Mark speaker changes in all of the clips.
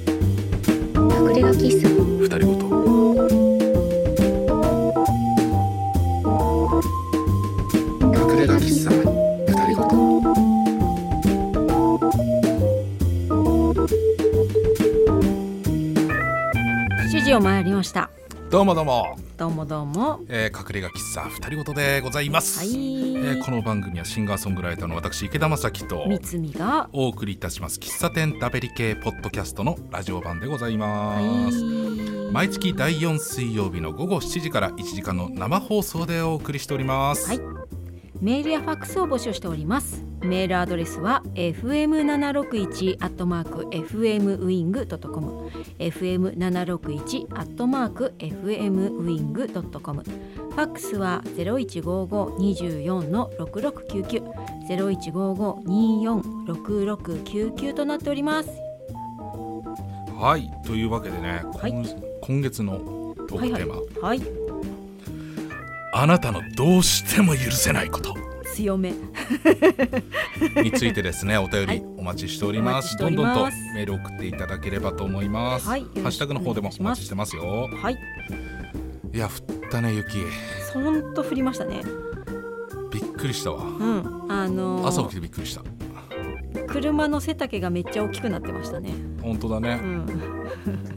Speaker 1: 隠れ家喫茶
Speaker 2: 二人ごと
Speaker 3: 隠れ家喫茶
Speaker 1: 二人ご
Speaker 4: 指示を回りました
Speaker 2: どうもどうも、
Speaker 4: どうもどうも
Speaker 2: えー、隠れ家喫茶二人ごとでございます、
Speaker 4: は
Speaker 2: えーこ
Speaker 4: い
Speaker 2: の番組はシンガーソングライターの私池田正樹と
Speaker 4: 三つみが
Speaker 2: お送りいたします喫茶店ダベリ系ポッドキャストのラジオ版でございます、
Speaker 4: は
Speaker 2: 毎月第4水曜日の午後7時から1時間の生放送でお送りしております、
Speaker 4: はいメールやファックスを募集しておりますメールアドレスは fm761 アットマーク fmwing.com fm761 アットマーク fmwing.com ファックスは015524の6699 0155246699となっております
Speaker 2: はいというわけでね、
Speaker 4: はい
Speaker 2: 今今月のトークテーマ、
Speaker 4: はい、はい、
Speaker 2: あなたのどうしても許せないこと
Speaker 4: 強め
Speaker 2: についてですねお便
Speaker 4: は
Speaker 2: り
Speaker 4: い
Speaker 2: お待ちしております,、
Speaker 4: お待ちしております
Speaker 2: どんどんとメール送っていただければと思います、
Speaker 4: はい
Speaker 2: ハッシュタグの方でも
Speaker 4: よろし
Speaker 2: お
Speaker 4: くお願いしま
Speaker 2: 待
Speaker 4: す
Speaker 2: ちしてますよ
Speaker 4: はい
Speaker 2: いや降ったね雪
Speaker 4: そんと降りましたね
Speaker 2: びっくりしたわ
Speaker 4: うんあのー
Speaker 2: 朝起きてびっくりした
Speaker 4: 車の背丈がめっちゃ大きくなってましたね
Speaker 2: 本当だ
Speaker 4: う
Speaker 2: ね、
Speaker 4: ん、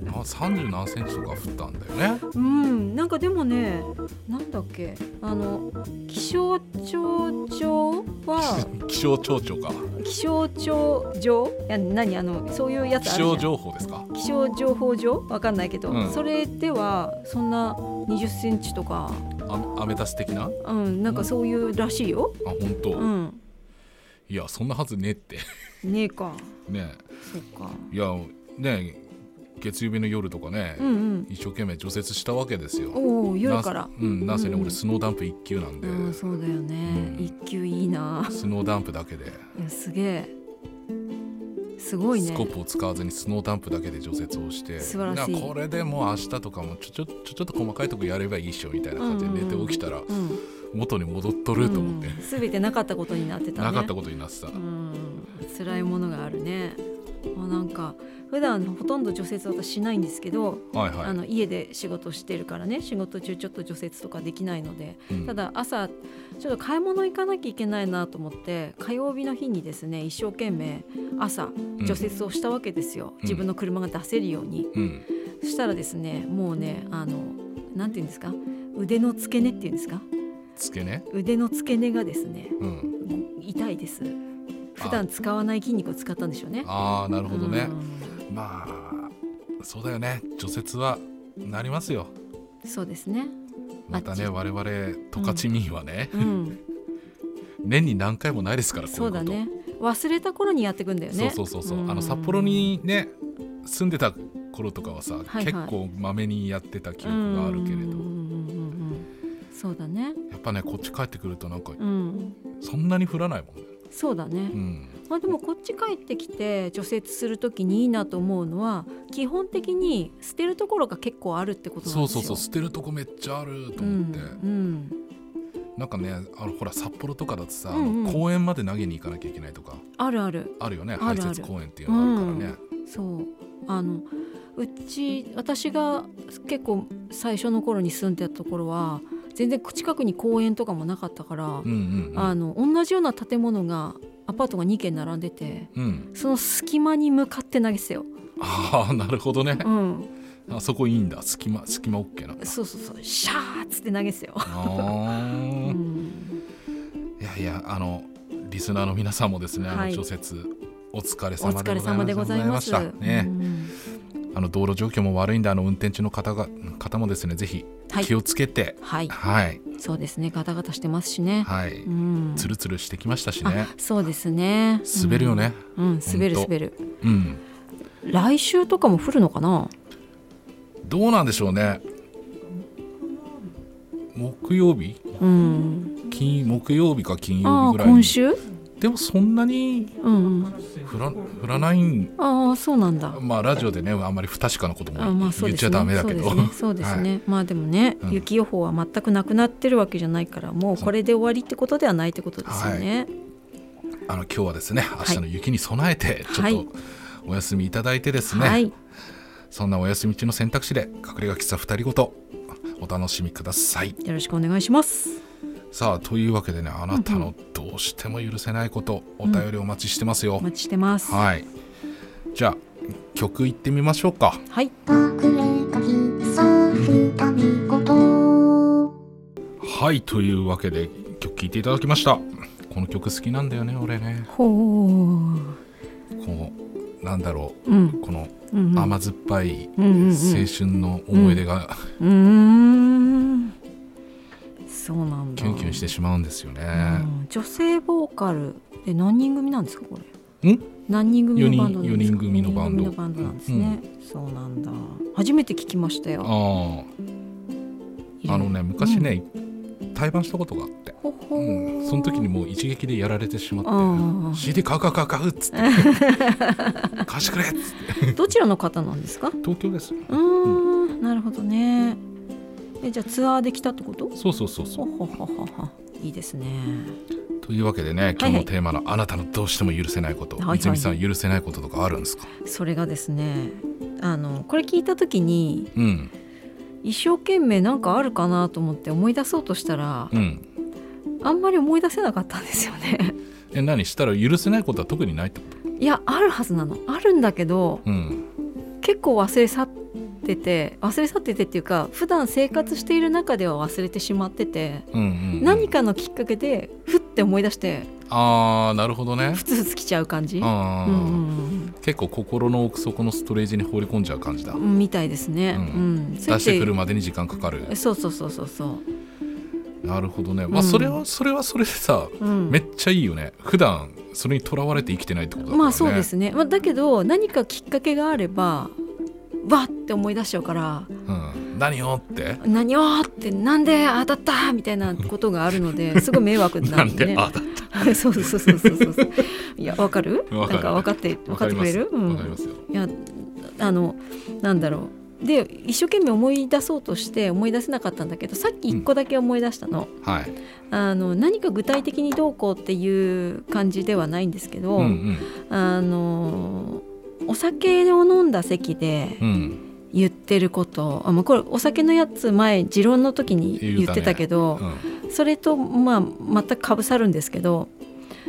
Speaker 2: あ30何センチとか降ったんだよね
Speaker 4: うん、なんかでもねなんだっけあの気象庁上 は
Speaker 2: 気象庁長か
Speaker 4: 気象庁上いや何あのそういうやつあ
Speaker 2: 気
Speaker 4: るじゃ
Speaker 2: 象
Speaker 4: ん
Speaker 2: 情報ですか
Speaker 4: 気象情報上わかんないけど、
Speaker 2: うん
Speaker 4: それではそんな20センチとか
Speaker 2: あアメタス的なあ
Speaker 4: うんなんかそういうらしいよ
Speaker 2: 本当、
Speaker 4: うん
Speaker 2: いやそんなはずねえって
Speaker 4: ねえか
Speaker 2: ね
Speaker 4: そっか
Speaker 2: えいやねえ月曜日の夜とかね、
Speaker 4: うんうん
Speaker 2: 一生懸命除雪したわけですよ
Speaker 4: おお夜から
Speaker 2: なうんなんせね
Speaker 4: うんうん
Speaker 2: 俺スノーダンプ1級なんで、
Speaker 4: ああそうだよね、
Speaker 2: うん
Speaker 4: 一級いいな
Speaker 2: スノーダンプだけで、
Speaker 4: いやすげえすごいね
Speaker 2: スコップを使わずにスノーダンプだけで除雪をして
Speaker 4: 素晴らしい
Speaker 2: なこれでもう明日とかもちょちょちょちょっと細かいとこやればいいっしょみたいな感じで
Speaker 4: うんうん
Speaker 2: 寝て起きたら
Speaker 4: うん
Speaker 2: 元に戻っとると思って、
Speaker 4: すべてなかったことになってたね
Speaker 2: なかったことになってた、
Speaker 4: うん辛いものがあるねもうなんか普段ほとんど除雪私しないんですけど、
Speaker 2: はいはい
Speaker 4: あの家で仕事してるからね仕事中ちょっと除雪とかできないので、
Speaker 2: うん
Speaker 4: ただ朝ちょっと買い物行かなきゃいけないなと思って火曜日の日にですね一生懸命朝
Speaker 2: うん
Speaker 4: 除雪をしたわけですよ、自分の車が出せるように、
Speaker 2: うん
Speaker 4: そしたらですねもうねあのなんていうんですか腕の付け根っていうんですか
Speaker 2: 付けね
Speaker 4: 腕の付け根がですね
Speaker 2: うん
Speaker 4: 痛いです普段使わない筋肉を使ったんでしょうね
Speaker 2: ああなるほどね
Speaker 4: う
Speaker 2: まあそうだよね除雪はなりますよ
Speaker 4: んそうですね
Speaker 2: またね
Speaker 4: あっ
Speaker 2: 我々十勝民はね、
Speaker 4: うん
Speaker 2: 年に何回もないですからこう
Speaker 4: そ
Speaker 2: いう
Speaker 4: う
Speaker 2: こと
Speaker 4: だね忘れた頃にやってくんだよね
Speaker 2: そうそうそうそう、
Speaker 4: ん
Speaker 2: あの札幌にね住んでた頃とかはさ、
Speaker 4: はい
Speaker 2: 結構まめにやってた記憶があるけれど、
Speaker 4: うんうんうんうんうんそうだね
Speaker 2: やっぱねこっち帰ってくるとなんか
Speaker 4: うん
Speaker 2: そんなに降らないもんね、
Speaker 4: そうだね、
Speaker 2: うん、
Speaker 4: まあ、でもこっち帰ってきて除雪するときにいいなと思うのは基本的に捨てるところが結構あるってことなん
Speaker 2: そう
Speaker 4: です
Speaker 2: そ
Speaker 4: よ
Speaker 2: うそう捨てるとこめっちゃあると思って、
Speaker 4: うんうん、
Speaker 2: なんかねあのほら札幌とかだとさ、
Speaker 4: うんうん
Speaker 2: 公園まで投げに行かなきゃいけないとか
Speaker 4: あるある
Speaker 2: あるよね
Speaker 4: あるある
Speaker 2: 排泄公園っていうのがあるからね、
Speaker 4: そうあのうち私が結構最初の頃に住んでたところは全然近くに公園とかもなかったから、
Speaker 2: うん、うんうん
Speaker 4: あの同じような建物がアパートが2軒並んでて
Speaker 2: うん、
Speaker 4: その隙間に向かって投げてたよ、
Speaker 2: ああなるほどね
Speaker 4: う、ん、
Speaker 2: あそこいいんだ隙間隙間 OK なんだ
Speaker 4: そうそうそうシャーっつって投げてたよ、
Speaker 2: あ
Speaker 4: う
Speaker 2: ー
Speaker 4: ん、
Speaker 2: いやいやあのリスナーの皆さんもですね、
Speaker 4: はい
Speaker 2: あの除雪お疲れ
Speaker 4: お
Speaker 2: 様
Speaker 4: 疲れ様
Speaker 2: で
Speaker 4: でご
Speaker 2: ご
Speaker 4: ざ
Speaker 2: ざ
Speaker 4: い
Speaker 2: い
Speaker 4: ま
Speaker 2: ますしたね
Speaker 4: う、ん
Speaker 2: あの道路状況も悪いんであの運転中の方が方もですねぜひ
Speaker 4: はい
Speaker 2: 気をつけて
Speaker 4: はい
Speaker 2: はい
Speaker 4: そうですねガタガタしてますしね、
Speaker 2: はい、
Speaker 4: うん
Speaker 2: つるつるしてきましたし
Speaker 4: あ
Speaker 2: ね
Speaker 4: そうですね
Speaker 2: 滑るよね
Speaker 4: うん、うん滑る
Speaker 2: ほんと
Speaker 4: 滑る
Speaker 2: うん、
Speaker 4: 来週とかも降るのかな
Speaker 2: どうなんでしょうね木曜日
Speaker 4: うん
Speaker 2: 金木曜日か金
Speaker 4: あ
Speaker 2: 曜
Speaker 4: あ
Speaker 2: 日ぐらいに
Speaker 4: 今週
Speaker 2: でもそんなに
Speaker 4: うんうん
Speaker 2: 降ら降らないん
Speaker 4: ああそうなんだ
Speaker 2: まあラジオでねあんまり不確かなこと
Speaker 4: あま
Speaker 2: も
Speaker 4: あそう
Speaker 2: 言っ
Speaker 4: です
Speaker 2: ち
Speaker 4: ね
Speaker 2: ゃダメだけど
Speaker 4: そうですね そうですね、
Speaker 2: は
Speaker 4: まあでもね、
Speaker 2: うん
Speaker 4: 雪予報は全くなくなってるわけじゃないからもうこれで終わりってことではないってことですよね
Speaker 2: あの今日はですね明日の雪に備えてちょっ
Speaker 4: はい
Speaker 2: とお休みいただいてですね、
Speaker 4: はい
Speaker 2: そんなお休み中の選択肢で隠れ家喫茶二人ごとお楽しみください。
Speaker 4: よろしくお願いします
Speaker 2: さあというわけでねあなたのどうしても許せないこと、お便りお待ちしてますよ。
Speaker 4: お待ちしてますは
Speaker 2: はいじゃあ曲いってみましょうか。
Speaker 4: い
Speaker 1: 隠れ家喫茶二人ごと
Speaker 2: はいというわけで曲聴いていただきました。この曲好きなんだよね俺ね。
Speaker 4: ほう
Speaker 2: こうなんだろ
Speaker 4: う
Speaker 2: うんこの
Speaker 4: うん
Speaker 2: 甘酸っぱい
Speaker 4: うんうんうん
Speaker 2: 青春の思い出が
Speaker 4: うーんそうなんだ
Speaker 2: キュンキュンしてしまうんですよね。
Speaker 4: うん女性ボーカルで何人組なんですかこれ
Speaker 2: ん
Speaker 4: 何人組のバン
Speaker 2: 四人
Speaker 4: ドなんですか
Speaker 2: 四人組のバンド
Speaker 4: 四人組のなんですね、そうなんだ初めて聞きましたよ
Speaker 2: あああのね昔ね、対バンしたことがあって、
Speaker 4: ほほー
Speaker 2: うんその時にもう一撃でやられてし
Speaker 4: う
Speaker 2: ま っ
Speaker 4: ん
Speaker 2: て「CD 買う買う買う買う」っつって「貸してくれ」っつって
Speaker 4: どちらの方なんですかう
Speaker 2: 東京です
Speaker 4: ーんなるほどねえじゃあツアーで来たってこと
Speaker 2: そうそうそうそ
Speaker 4: ほほほほほいいですね
Speaker 2: うというわけでね今日のテーマの「あなたのどうしても許せないこと」
Speaker 4: はいはい
Speaker 2: 泉さん許せないこととかあるんですか
Speaker 4: それがですねあのこれ聞いた時に
Speaker 2: うん
Speaker 4: 一生懸命なんかあるかなと思って思い出そうとしたら
Speaker 2: うん
Speaker 4: あんまり思い出せなかったんですよね
Speaker 2: え何したら許せないことは特にないってこと
Speaker 4: いやあるはずなのあるんだけど
Speaker 2: うん
Speaker 4: 結構忘れ去ってて忘れ去っててっていうか普段生活している中では忘れてしまってて
Speaker 2: うんうんうん
Speaker 4: 何かのきっかけでふって思い出して
Speaker 2: ああなるほどね
Speaker 4: ふつふつきちゃう感じ
Speaker 2: あ
Speaker 4: う
Speaker 2: ー
Speaker 4: んうん
Speaker 2: 結構心の奥底のストレージに放り込んじゃう感じだ
Speaker 4: うんみたいですね、
Speaker 2: う
Speaker 4: うんん
Speaker 2: 出
Speaker 4: それっ
Speaker 2: してくるまでに時間かかる
Speaker 4: そうそうそうそうそ
Speaker 2: なるほどねまあ
Speaker 4: うん
Speaker 2: それは、それはそれでさ
Speaker 4: う、うん、
Speaker 2: めっちゃいいよね普段それにとらわれて生きてないってことだから、ね、
Speaker 4: まあそうですね、まあ、だけど何かきっかけがあればわって思い出しちゃうから
Speaker 2: うん、何をって
Speaker 4: 何をってなんで当たったみたいなことがあるのですごい迷惑にな
Speaker 2: な
Speaker 4: る
Speaker 2: ん
Speaker 4: んで
Speaker 2: で
Speaker 4: ね
Speaker 2: あだ
Speaker 4: そうそうそうそうそうそういやわかる
Speaker 2: わかる
Speaker 4: なんか分かって分
Speaker 2: わか
Speaker 4: か
Speaker 2: り
Speaker 4: ってく
Speaker 2: ま
Speaker 4: れ
Speaker 2: す
Speaker 4: る、
Speaker 2: わ、
Speaker 4: うん、
Speaker 2: かりますよ
Speaker 4: いやあのなんだろうで一生懸命思い出そうとして思い出せなかったんだけどさっき一個だけ思い出したの,、
Speaker 2: はい、
Speaker 4: あの何か具体的にどうこうっていう感じではないんですけど、
Speaker 2: うんうん
Speaker 4: あのお酒を飲んだ席で
Speaker 2: うん
Speaker 4: 言ってることあもうこれお酒のやつ前持論の時に言ってたけど
Speaker 2: うん
Speaker 4: それとまあ全くかぶさるんですけど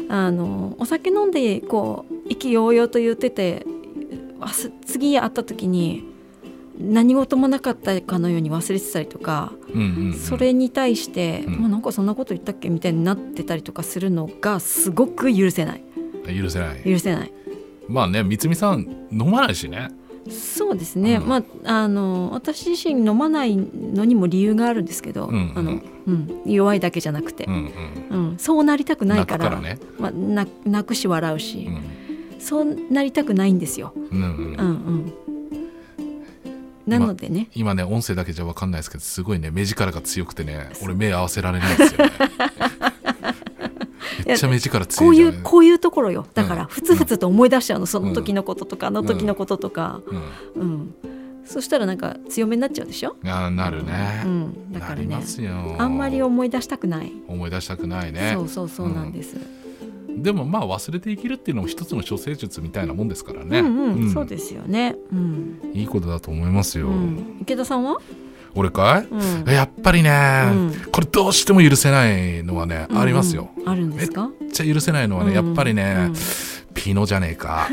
Speaker 4: あのお酒飲んでこう意気揚々と言っててあす次会った時に何事もなかったかのように忘れてたりとか、
Speaker 2: うんうんうん
Speaker 4: それに対して、
Speaker 2: うん
Speaker 4: もうなんかそんなこと言ったっけみたいになってたりとかするのがすごく許せない
Speaker 2: 許せない
Speaker 4: 許せない
Speaker 2: まあね三つみさん飲まないしね
Speaker 4: そうですね、
Speaker 2: うん
Speaker 4: まああの私自身飲まないのにも理由があるんですけど、
Speaker 2: うん
Speaker 4: あのうん、弱いだけじゃなくて
Speaker 2: う、んうん
Speaker 4: うん、そうなりたくないから
Speaker 2: 泣くからね
Speaker 4: まあ、な泣くし笑うし、
Speaker 2: うん
Speaker 4: そうなりたくないんですよ。
Speaker 2: うんうん
Speaker 4: うんうん、なのでね、
Speaker 2: 今ね音声だけじゃ分かんないですけどすごいね目力が強くてね俺目合わせられないですよねめっちゃ目力
Speaker 4: こ
Speaker 2: 強
Speaker 4: う
Speaker 2: い
Speaker 4: い
Speaker 2: じゃん
Speaker 4: うこういうところよだか
Speaker 2: う
Speaker 4: ら
Speaker 2: ん
Speaker 4: ふつふつと思い出しちゃうのその時のこととか、あの時のこととか、
Speaker 2: う
Speaker 4: うん、そしたらなんか強めになっちゃうでしょ、
Speaker 2: ん、あーなるね、
Speaker 4: うん、だか
Speaker 2: な
Speaker 4: ら
Speaker 2: り
Speaker 4: ね
Speaker 2: ますよ
Speaker 4: あんまり思い出したくない、
Speaker 2: 思い出したくないね
Speaker 4: そうそうそうなんです。
Speaker 2: でもまあ忘れて生きるっていうのも一つの処世術みたいなもんですからね、
Speaker 4: うんうん、そう
Speaker 2: す
Speaker 4: ですよね。うん。
Speaker 2: いいことだと思います
Speaker 4: う
Speaker 2: よ、
Speaker 4: ん、池田さんは？
Speaker 2: 俺かい、
Speaker 4: うん。
Speaker 2: やっぱりね、
Speaker 4: ん
Speaker 2: これどうしても許せないのはね、ありますよ
Speaker 4: うんうん。あるんですか？
Speaker 2: めっちゃ許せないのはね、
Speaker 4: うん
Speaker 2: やっぱりね、
Speaker 4: うん
Speaker 2: ピノじゃねえか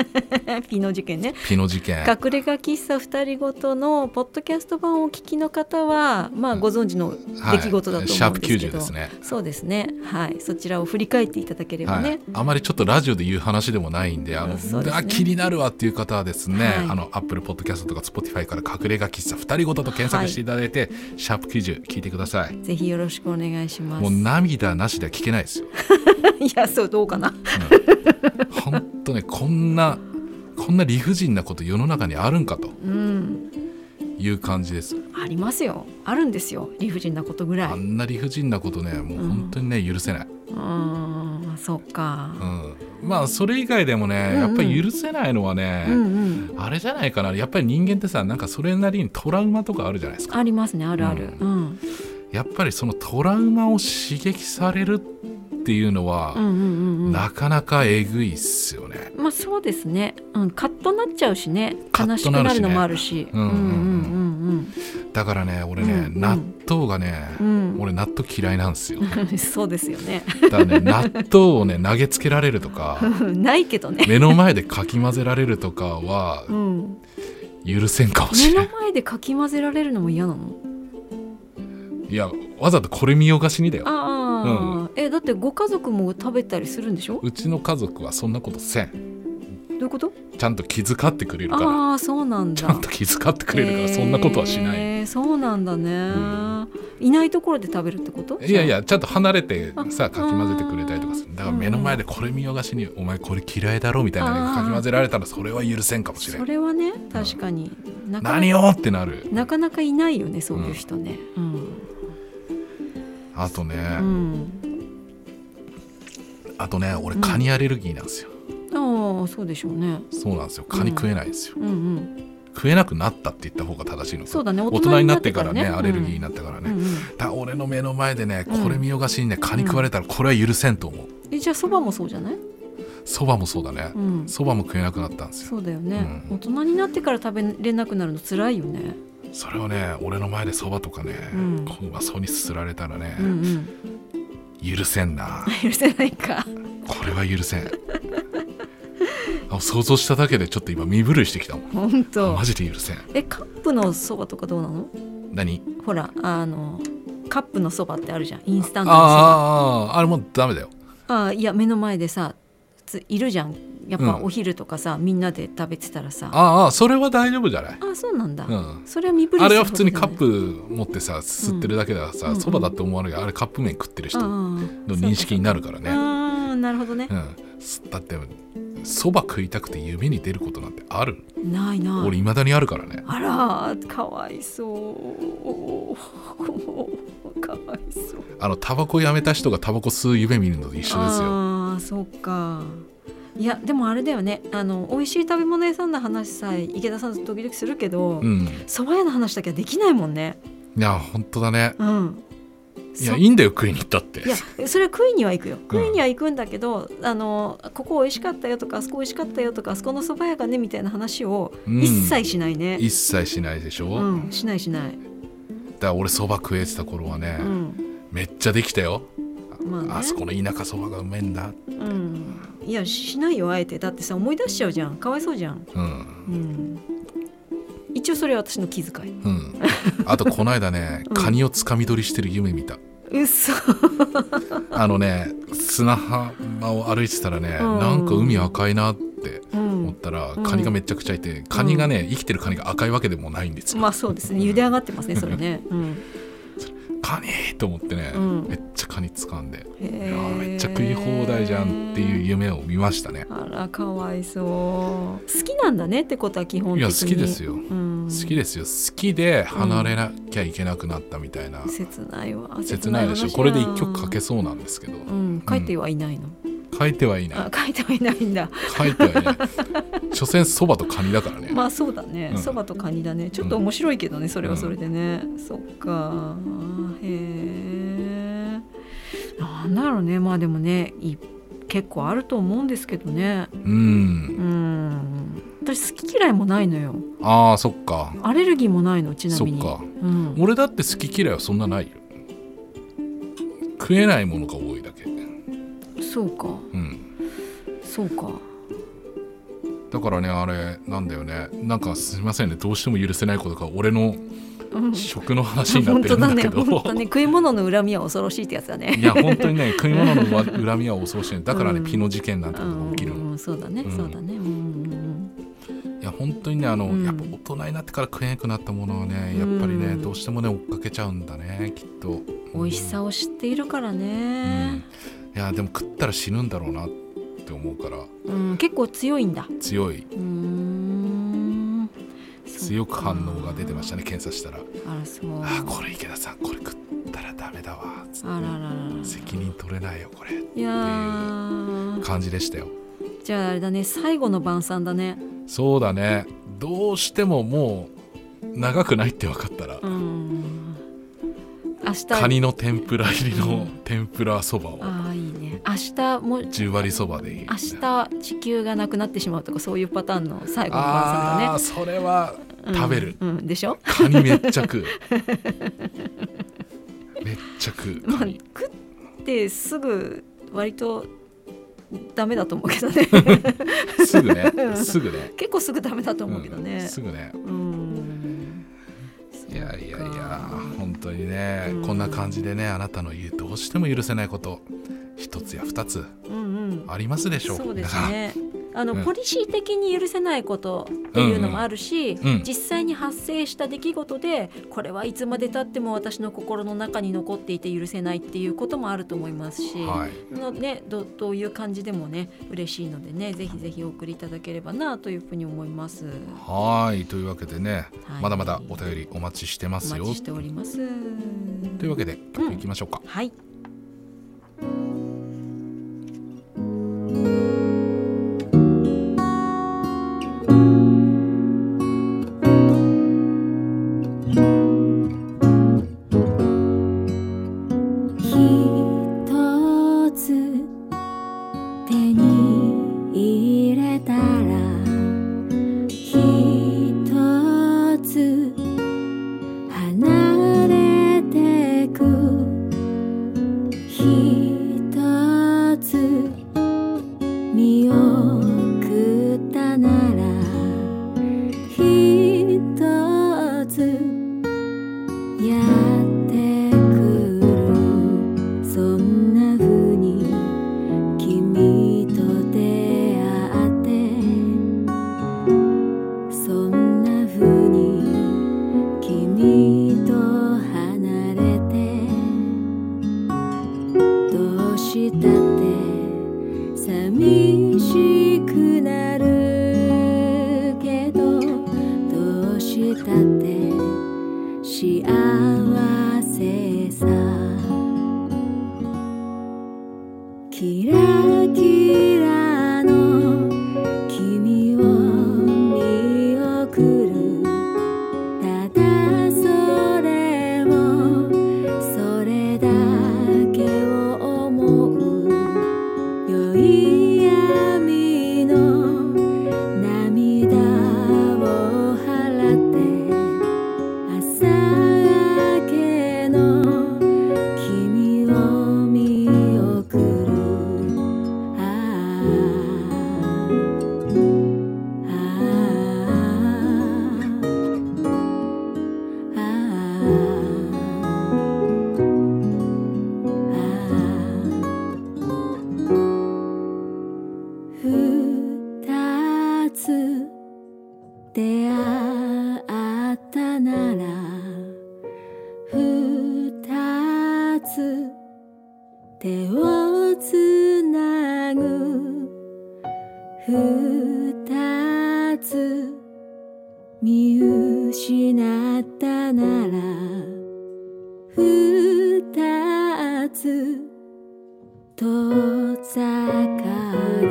Speaker 4: ピノ事件ね。
Speaker 2: ピノ事件
Speaker 4: 隠れ家喫茶二人ごとのポッドキャスト版をお聞きの方は、まあご存知の出来事だと思うんですけど。
Speaker 2: シャープ90ですね
Speaker 4: そうですね。はい。そちらを振り返っていただければ
Speaker 2: は
Speaker 4: ね
Speaker 2: い。、あまりちょっとラジオで言う話でもないんであの
Speaker 4: そうですね
Speaker 2: あ気になるわっていう方はですね、
Speaker 4: はい
Speaker 2: あのアップルポッドキャストとか Spotify から隠れ家喫茶二人ごとと検索していただいて、シャープ90聞いてください
Speaker 4: ぜひよろしくお願いします。
Speaker 2: もう涙なしでは聞けないですよ
Speaker 4: いや、そうどうかな。
Speaker 2: 本当ねこんなこんな理不尽なこと世の中にあるんかと
Speaker 4: うん。
Speaker 2: いう感じです
Speaker 4: ありますよ。あるんですよ。理不尽なことぐらい。
Speaker 2: あ
Speaker 4: うん
Speaker 2: な理不尽なことねもう本当にね許せない、
Speaker 4: ーん。そう
Speaker 2: う
Speaker 4: か。
Speaker 2: ん、まあそれ以外でもね
Speaker 4: うんうん
Speaker 2: やっぱり許せないのはね、
Speaker 4: うんうん。
Speaker 2: あれじゃないかなやっぱり人間ってさなんかそれなりにトラウマとかあるじゃないですか
Speaker 4: ありますね。あるある。
Speaker 2: う
Speaker 4: うん
Speaker 2: やっぱりそのトラウマを刺激されるっていうのは、
Speaker 4: うんうんうんうん
Speaker 2: なかなかえぐいっすよね。
Speaker 4: まあそうですね、うん、カッとなっちゃうしね
Speaker 2: カ
Speaker 4: 悲
Speaker 2: ッ
Speaker 4: し
Speaker 2: と
Speaker 4: く
Speaker 2: な
Speaker 4: な
Speaker 2: る
Speaker 4: る
Speaker 2: しね
Speaker 4: のもあるし
Speaker 2: うんうん
Speaker 4: うん
Speaker 2: だからね俺ね、
Speaker 4: うんうん
Speaker 2: 納豆がね、
Speaker 4: うんうん
Speaker 2: 俺納豆嫌いなんですよ。
Speaker 4: うん そうですよね
Speaker 2: だから ね納豆をね投げつけられるとか
Speaker 4: ないけどね、
Speaker 2: 目の前でかき混ぜられるとかは
Speaker 4: うん、
Speaker 2: 許せんかもし
Speaker 4: 目
Speaker 2: れ
Speaker 4: の
Speaker 2: ん。
Speaker 4: 前でかき混ぜられるのも嫌なの
Speaker 2: いやわざとこれ見よがしにだよ。
Speaker 4: ああ、えだってご家族も食べたりするんでしょ
Speaker 2: うちの家族はそんなことせん。
Speaker 4: どういうこと
Speaker 2: ちゃんと気遣ってくれるから。
Speaker 4: ああそうなんだ
Speaker 2: ちゃんと気遣ってくれるからそんなことはしない。
Speaker 4: えーそうなんだね、いないところで食べるってこと
Speaker 2: いやいやちゃんと離れてさ
Speaker 4: あ
Speaker 2: かき混ぜてくれたりとかするだから目の前でこれ見よがしに「お前これ嫌いだろ」みたいな
Speaker 4: あー
Speaker 2: のかき混ぜられたらそれは許せんかもしれ
Speaker 4: そ
Speaker 2: ん
Speaker 4: れはね確かに、なかなか
Speaker 2: 何をってなる
Speaker 4: なかなかいないよねそういう人ねうん、
Speaker 2: あとね、
Speaker 4: うん
Speaker 2: あとね俺カニアレルギーなんですよ、
Speaker 4: ああそうでしょうね
Speaker 2: そうなんですよカニ食えないんですよ、
Speaker 4: うんうん
Speaker 2: 食えなくなったって言った方が正しいのか
Speaker 4: そうだね
Speaker 2: 大人になってからねアレルギーに
Speaker 4: なっ
Speaker 2: なったから
Speaker 4: てか
Speaker 2: ね、
Speaker 4: らねうんうん
Speaker 2: だから俺の目の前でね
Speaker 4: うん
Speaker 2: これ見よがしにねカニ食われたらこれは許せんと思う
Speaker 4: うんえじゃあそばもそうじゃない、
Speaker 2: そばもそうだね
Speaker 4: うん、
Speaker 2: そばも食えなくなったんですよ
Speaker 4: そうだよね、
Speaker 2: うん
Speaker 4: 大人になってから食べれなくなるの辛いよね
Speaker 2: それをね俺の前でそばとかね、
Speaker 4: うん
Speaker 2: こううまそうにすすられたらね、
Speaker 4: うんうん
Speaker 2: 許せんな
Speaker 4: 許せないか
Speaker 2: これは許せんあ想像しただけでちょっと今身震いしてきたもん
Speaker 4: 本当
Speaker 2: マジで許せん
Speaker 4: えカップのそばとかどうなの
Speaker 2: 何
Speaker 4: ほらあのカップのそばってあるじゃんインスタ
Speaker 2: あ
Speaker 4: ン
Speaker 2: ー
Speaker 4: トのそば
Speaker 2: あーあーあれもうダメだよ
Speaker 4: あーいや目の前でさ普通いるじゃんやっぱ
Speaker 2: うん
Speaker 4: お昼とかさ、みんなで食べてたらさあ
Speaker 2: あーあーそれは大丈夫じゃない、
Speaker 4: あそうなんだ、
Speaker 2: うん、
Speaker 4: それは身振り
Speaker 2: あれは普通にカッ
Speaker 4: プ
Speaker 2: プ持ってさすすってるだけだから
Speaker 4: うん
Speaker 2: さ
Speaker 4: うん
Speaker 2: そば、だって思われるけどあれカップ麺食ってる人の認
Speaker 4: 認
Speaker 2: 識になるからね
Speaker 4: あーなるほどね
Speaker 2: う、ん、すだってそば食いたくて夢に出ることなんてある
Speaker 4: ないな
Speaker 2: 俺
Speaker 4: い
Speaker 2: いまだにあるからね
Speaker 4: あらーかわい そうかわいそう
Speaker 2: あのタバコやめた人がタバコ吸う夢見るのと一緒ですよ。
Speaker 4: ああそうかいやでもあれだよねあの美味しい食べ物屋さんの話さえ池田さんと時々するけど
Speaker 2: うん、
Speaker 4: 蕎麦屋の話だけはできないもんね
Speaker 2: いや本当だね。
Speaker 4: うん
Speaker 2: いや
Speaker 4: そ
Speaker 2: いいんだよ食いに行ったって
Speaker 4: い。やそれは食いには行くよ食いには行くんだけど、あのここ美味しかったよとかあそこ美味しかったよとかあそこの蕎麦屋がねみたいな話を
Speaker 2: うん
Speaker 4: 一切しないね、
Speaker 2: 一切しないでしょ。
Speaker 4: うんしないしな
Speaker 2: だ
Speaker 4: い、
Speaker 2: から俺そば食えてた頃はね、
Speaker 4: うん
Speaker 2: めっちゃできたよ。
Speaker 4: まあね
Speaker 2: あそこの田舎そばがうめえんだ。
Speaker 4: うん、いやしないよあえてだってさ思い出しちゃうじゃんかわいそうじゃん、
Speaker 2: うん
Speaker 4: うん、一応それは私の気遣い
Speaker 2: うん。あとこの間ね、
Speaker 4: うん
Speaker 2: カニをつかみ取りしてる夢見た。
Speaker 4: うそ
Speaker 2: あのね砂浜を歩いてたらね、
Speaker 4: うん
Speaker 2: なんか海赤いなって
Speaker 4: う
Speaker 2: 思っ
Speaker 4: ん
Speaker 2: たら、
Speaker 4: うん
Speaker 2: カニがめちゃくちゃいてカニがね生きてるカニが赤いわけでもないんですよ。
Speaker 4: まあそうですね茹で上がってますねそれね、うん、
Speaker 2: カニーと思ってね、
Speaker 4: うん
Speaker 2: めっちゃカニ掴んで、い
Speaker 4: へ
Speaker 2: や
Speaker 4: ー
Speaker 2: ーめっちゃ食い放題じゃんっていう夢を見ましたね、
Speaker 4: あらかわいそう好きなんだねってことは基本
Speaker 2: い
Speaker 4: 的
Speaker 2: や
Speaker 4: に
Speaker 2: 好きですよ、
Speaker 4: うん、
Speaker 2: 好きですよ好きで離れなきゃいけなくなったみたいな、
Speaker 4: 切ないわ
Speaker 2: 切ないでしょ
Speaker 4: 話だ
Speaker 2: これで1曲書けそうなんですけど、
Speaker 4: うん書いてはいないの、
Speaker 2: 書いてはいない
Speaker 4: あ書いてはいないんだ
Speaker 2: 書いてはいない所詮そばとカニだからね、
Speaker 4: まあそうだね
Speaker 2: うん
Speaker 4: そば、とカニだねちょっと面白いけどねそれはそれでね、そっかへえなんだろうねまあでもねい結構あると思うんですけどね
Speaker 2: う
Speaker 4: うんん私好き嫌いもないのよ
Speaker 2: あーそっか
Speaker 4: アレルギーもないのちな
Speaker 2: そ
Speaker 4: み
Speaker 2: っ
Speaker 4: に
Speaker 2: か
Speaker 4: うん、
Speaker 2: 俺だって好き嫌いはそんなないよ食えないものが多いだけ
Speaker 4: そうか
Speaker 2: うん
Speaker 4: そうか
Speaker 2: だからねあれなんだよねなんかすみませんねどうしても許せないことが俺の
Speaker 4: うん
Speaker 2: 食の話になっ
Speaker 4: 本
Speaker 2: てる
Speaker 4: 当
Speaker 2: んだ
Speaker 4: だ
Speaker 2: け
Speaker 4: ね
Speaker 2: ど、
Speaker 4: 本当ね食い物の恨みは恐ろしいってやつだね
Speaker 2: いや本当にね食い物の恨みは恐ろしいねだからね、
Speaker 4: うん
Speaker 2: ピノ事件なんてことが起きるの、
Speaker 4: うん、そうだね、
Speaker 2: うん
Speaker 4: そうだね、うんうん
Speaker 2: いや本当にねあの、
Speaker 4: うん
Speaker 2: やっぱ大人になってから食えなくなったものはねやっぱりね、
Speaker 4: うん
Speaker 2: どうしてもね追っかけちゃうんだねきっと
Speaker 4: うん、美味しさを知っているから
Speaker 2: うん、
Speaker 4: ね、
Speaker 2: いやでも食ったら死ぬんだろうなって思うから
Speaker 4: うん結構強いんだ
Speaker 2: 強いう
Speaker 4: ーん
Speaker 2: 強く反応が出てました
Speaker 4: ね
Speaker 2: ね検査したら「
Speaker 4: あらそう
Speaker 2: あーこれ池田さんこれ食ったらダメだわ」つって
Speaker 4: あらららら
Speaker 2: 責任取れないよこれ
Speaker 4: いやー
Speaker 2: 感じでしたよ
Speaker 4: じゃああれだね最後の晩餐だね
Speaker 2: そうだねどうしてももう長くないって分かったら
Speaker 4: うん
Speaker 5: 明日
Speaker 2: カニの天ぷら入り
Speaker 5: う
Speaker 2: の
Speaker 5: ん
Speaker 2: 天ぷらそばを
Speaker 5: ああいいね明日も
Speaker 2: 十割そばでいい
Speaker 5: 明日地球がなくなってしまうとかそういうパターンの最後の晩
Speaker 2: あ
Speaker 5: 餐
Speaker 2: ーそれは
Speaker 5: だね、うん
Speaker 2: 食べる
Speaker 5: うん、でしょ
Speaker 2: カニめっちゃ食うめっちゃ食う
Speaker 5: まあ
Speaker 2: カニ
Speaker 5: 食ってすぐ割とダメだと思うけど ね
Speaker 2: すぐねすぐね
Speaker 5: 結構すぐダメだと思うけど
Speaker 2: うん
Speaker 5: ね
Speaker 2: すぐね
Speaker 5: うん
Speaker 2: いやいやいや本当にね、
Speaker 5: うん
Speaker 2: こんな感じでねあなたの言うどうしても許せないこと一つや二つ
Speaker 5: うんうん
Speaker 2: ありますでしょ
Speaker 5: そうで
Speaker 2: 皆
Speaker 5: す
Speaker 2: さん
Speaker 5: ねあの、
Speaker 2: うん
Speaker 5: ポリシー的に許せないことっていうのもあるし、
Speaker 2: んうん
Speaker 5: 実際に発生した出来事でこれはいつまでたっても私の心の中に残っていて許せないっていうこともあると思いますし、
Speaker 2: はい
Speaker 5: のね、どどういう感じでもね嬉しいのでねぜひぜひお送りいただければなというふうに思います。
Speaker 2: はいというわけでね、
Speaker 5: はい
Speaker 2: まだまだお便りお待ちしてま
Speaker 5: お
Speaker 2: す
Speaker 5: 待
Speaker 2: よ
Speaker 5: ちしております。
Speaker 2: というわけで曲いきましょうか、
Speaker 5: はい、
Speaker 4: ひとつ手に入れたらひとつ離れてくひとつ見送ったならひとつ「やってくる」「そんな風に君と出会って」「そんな風に君と離れて」「どうしたって寂しくなるけど」「どうしたって」幸せさキラキラの君を見送るただそれをそれだけを思う酔い闇の涙を払って朝明けの君を見送るああああああ二つ出会ったなら二つ手をつなぐ二つ見失ったなら二つ遠ざかる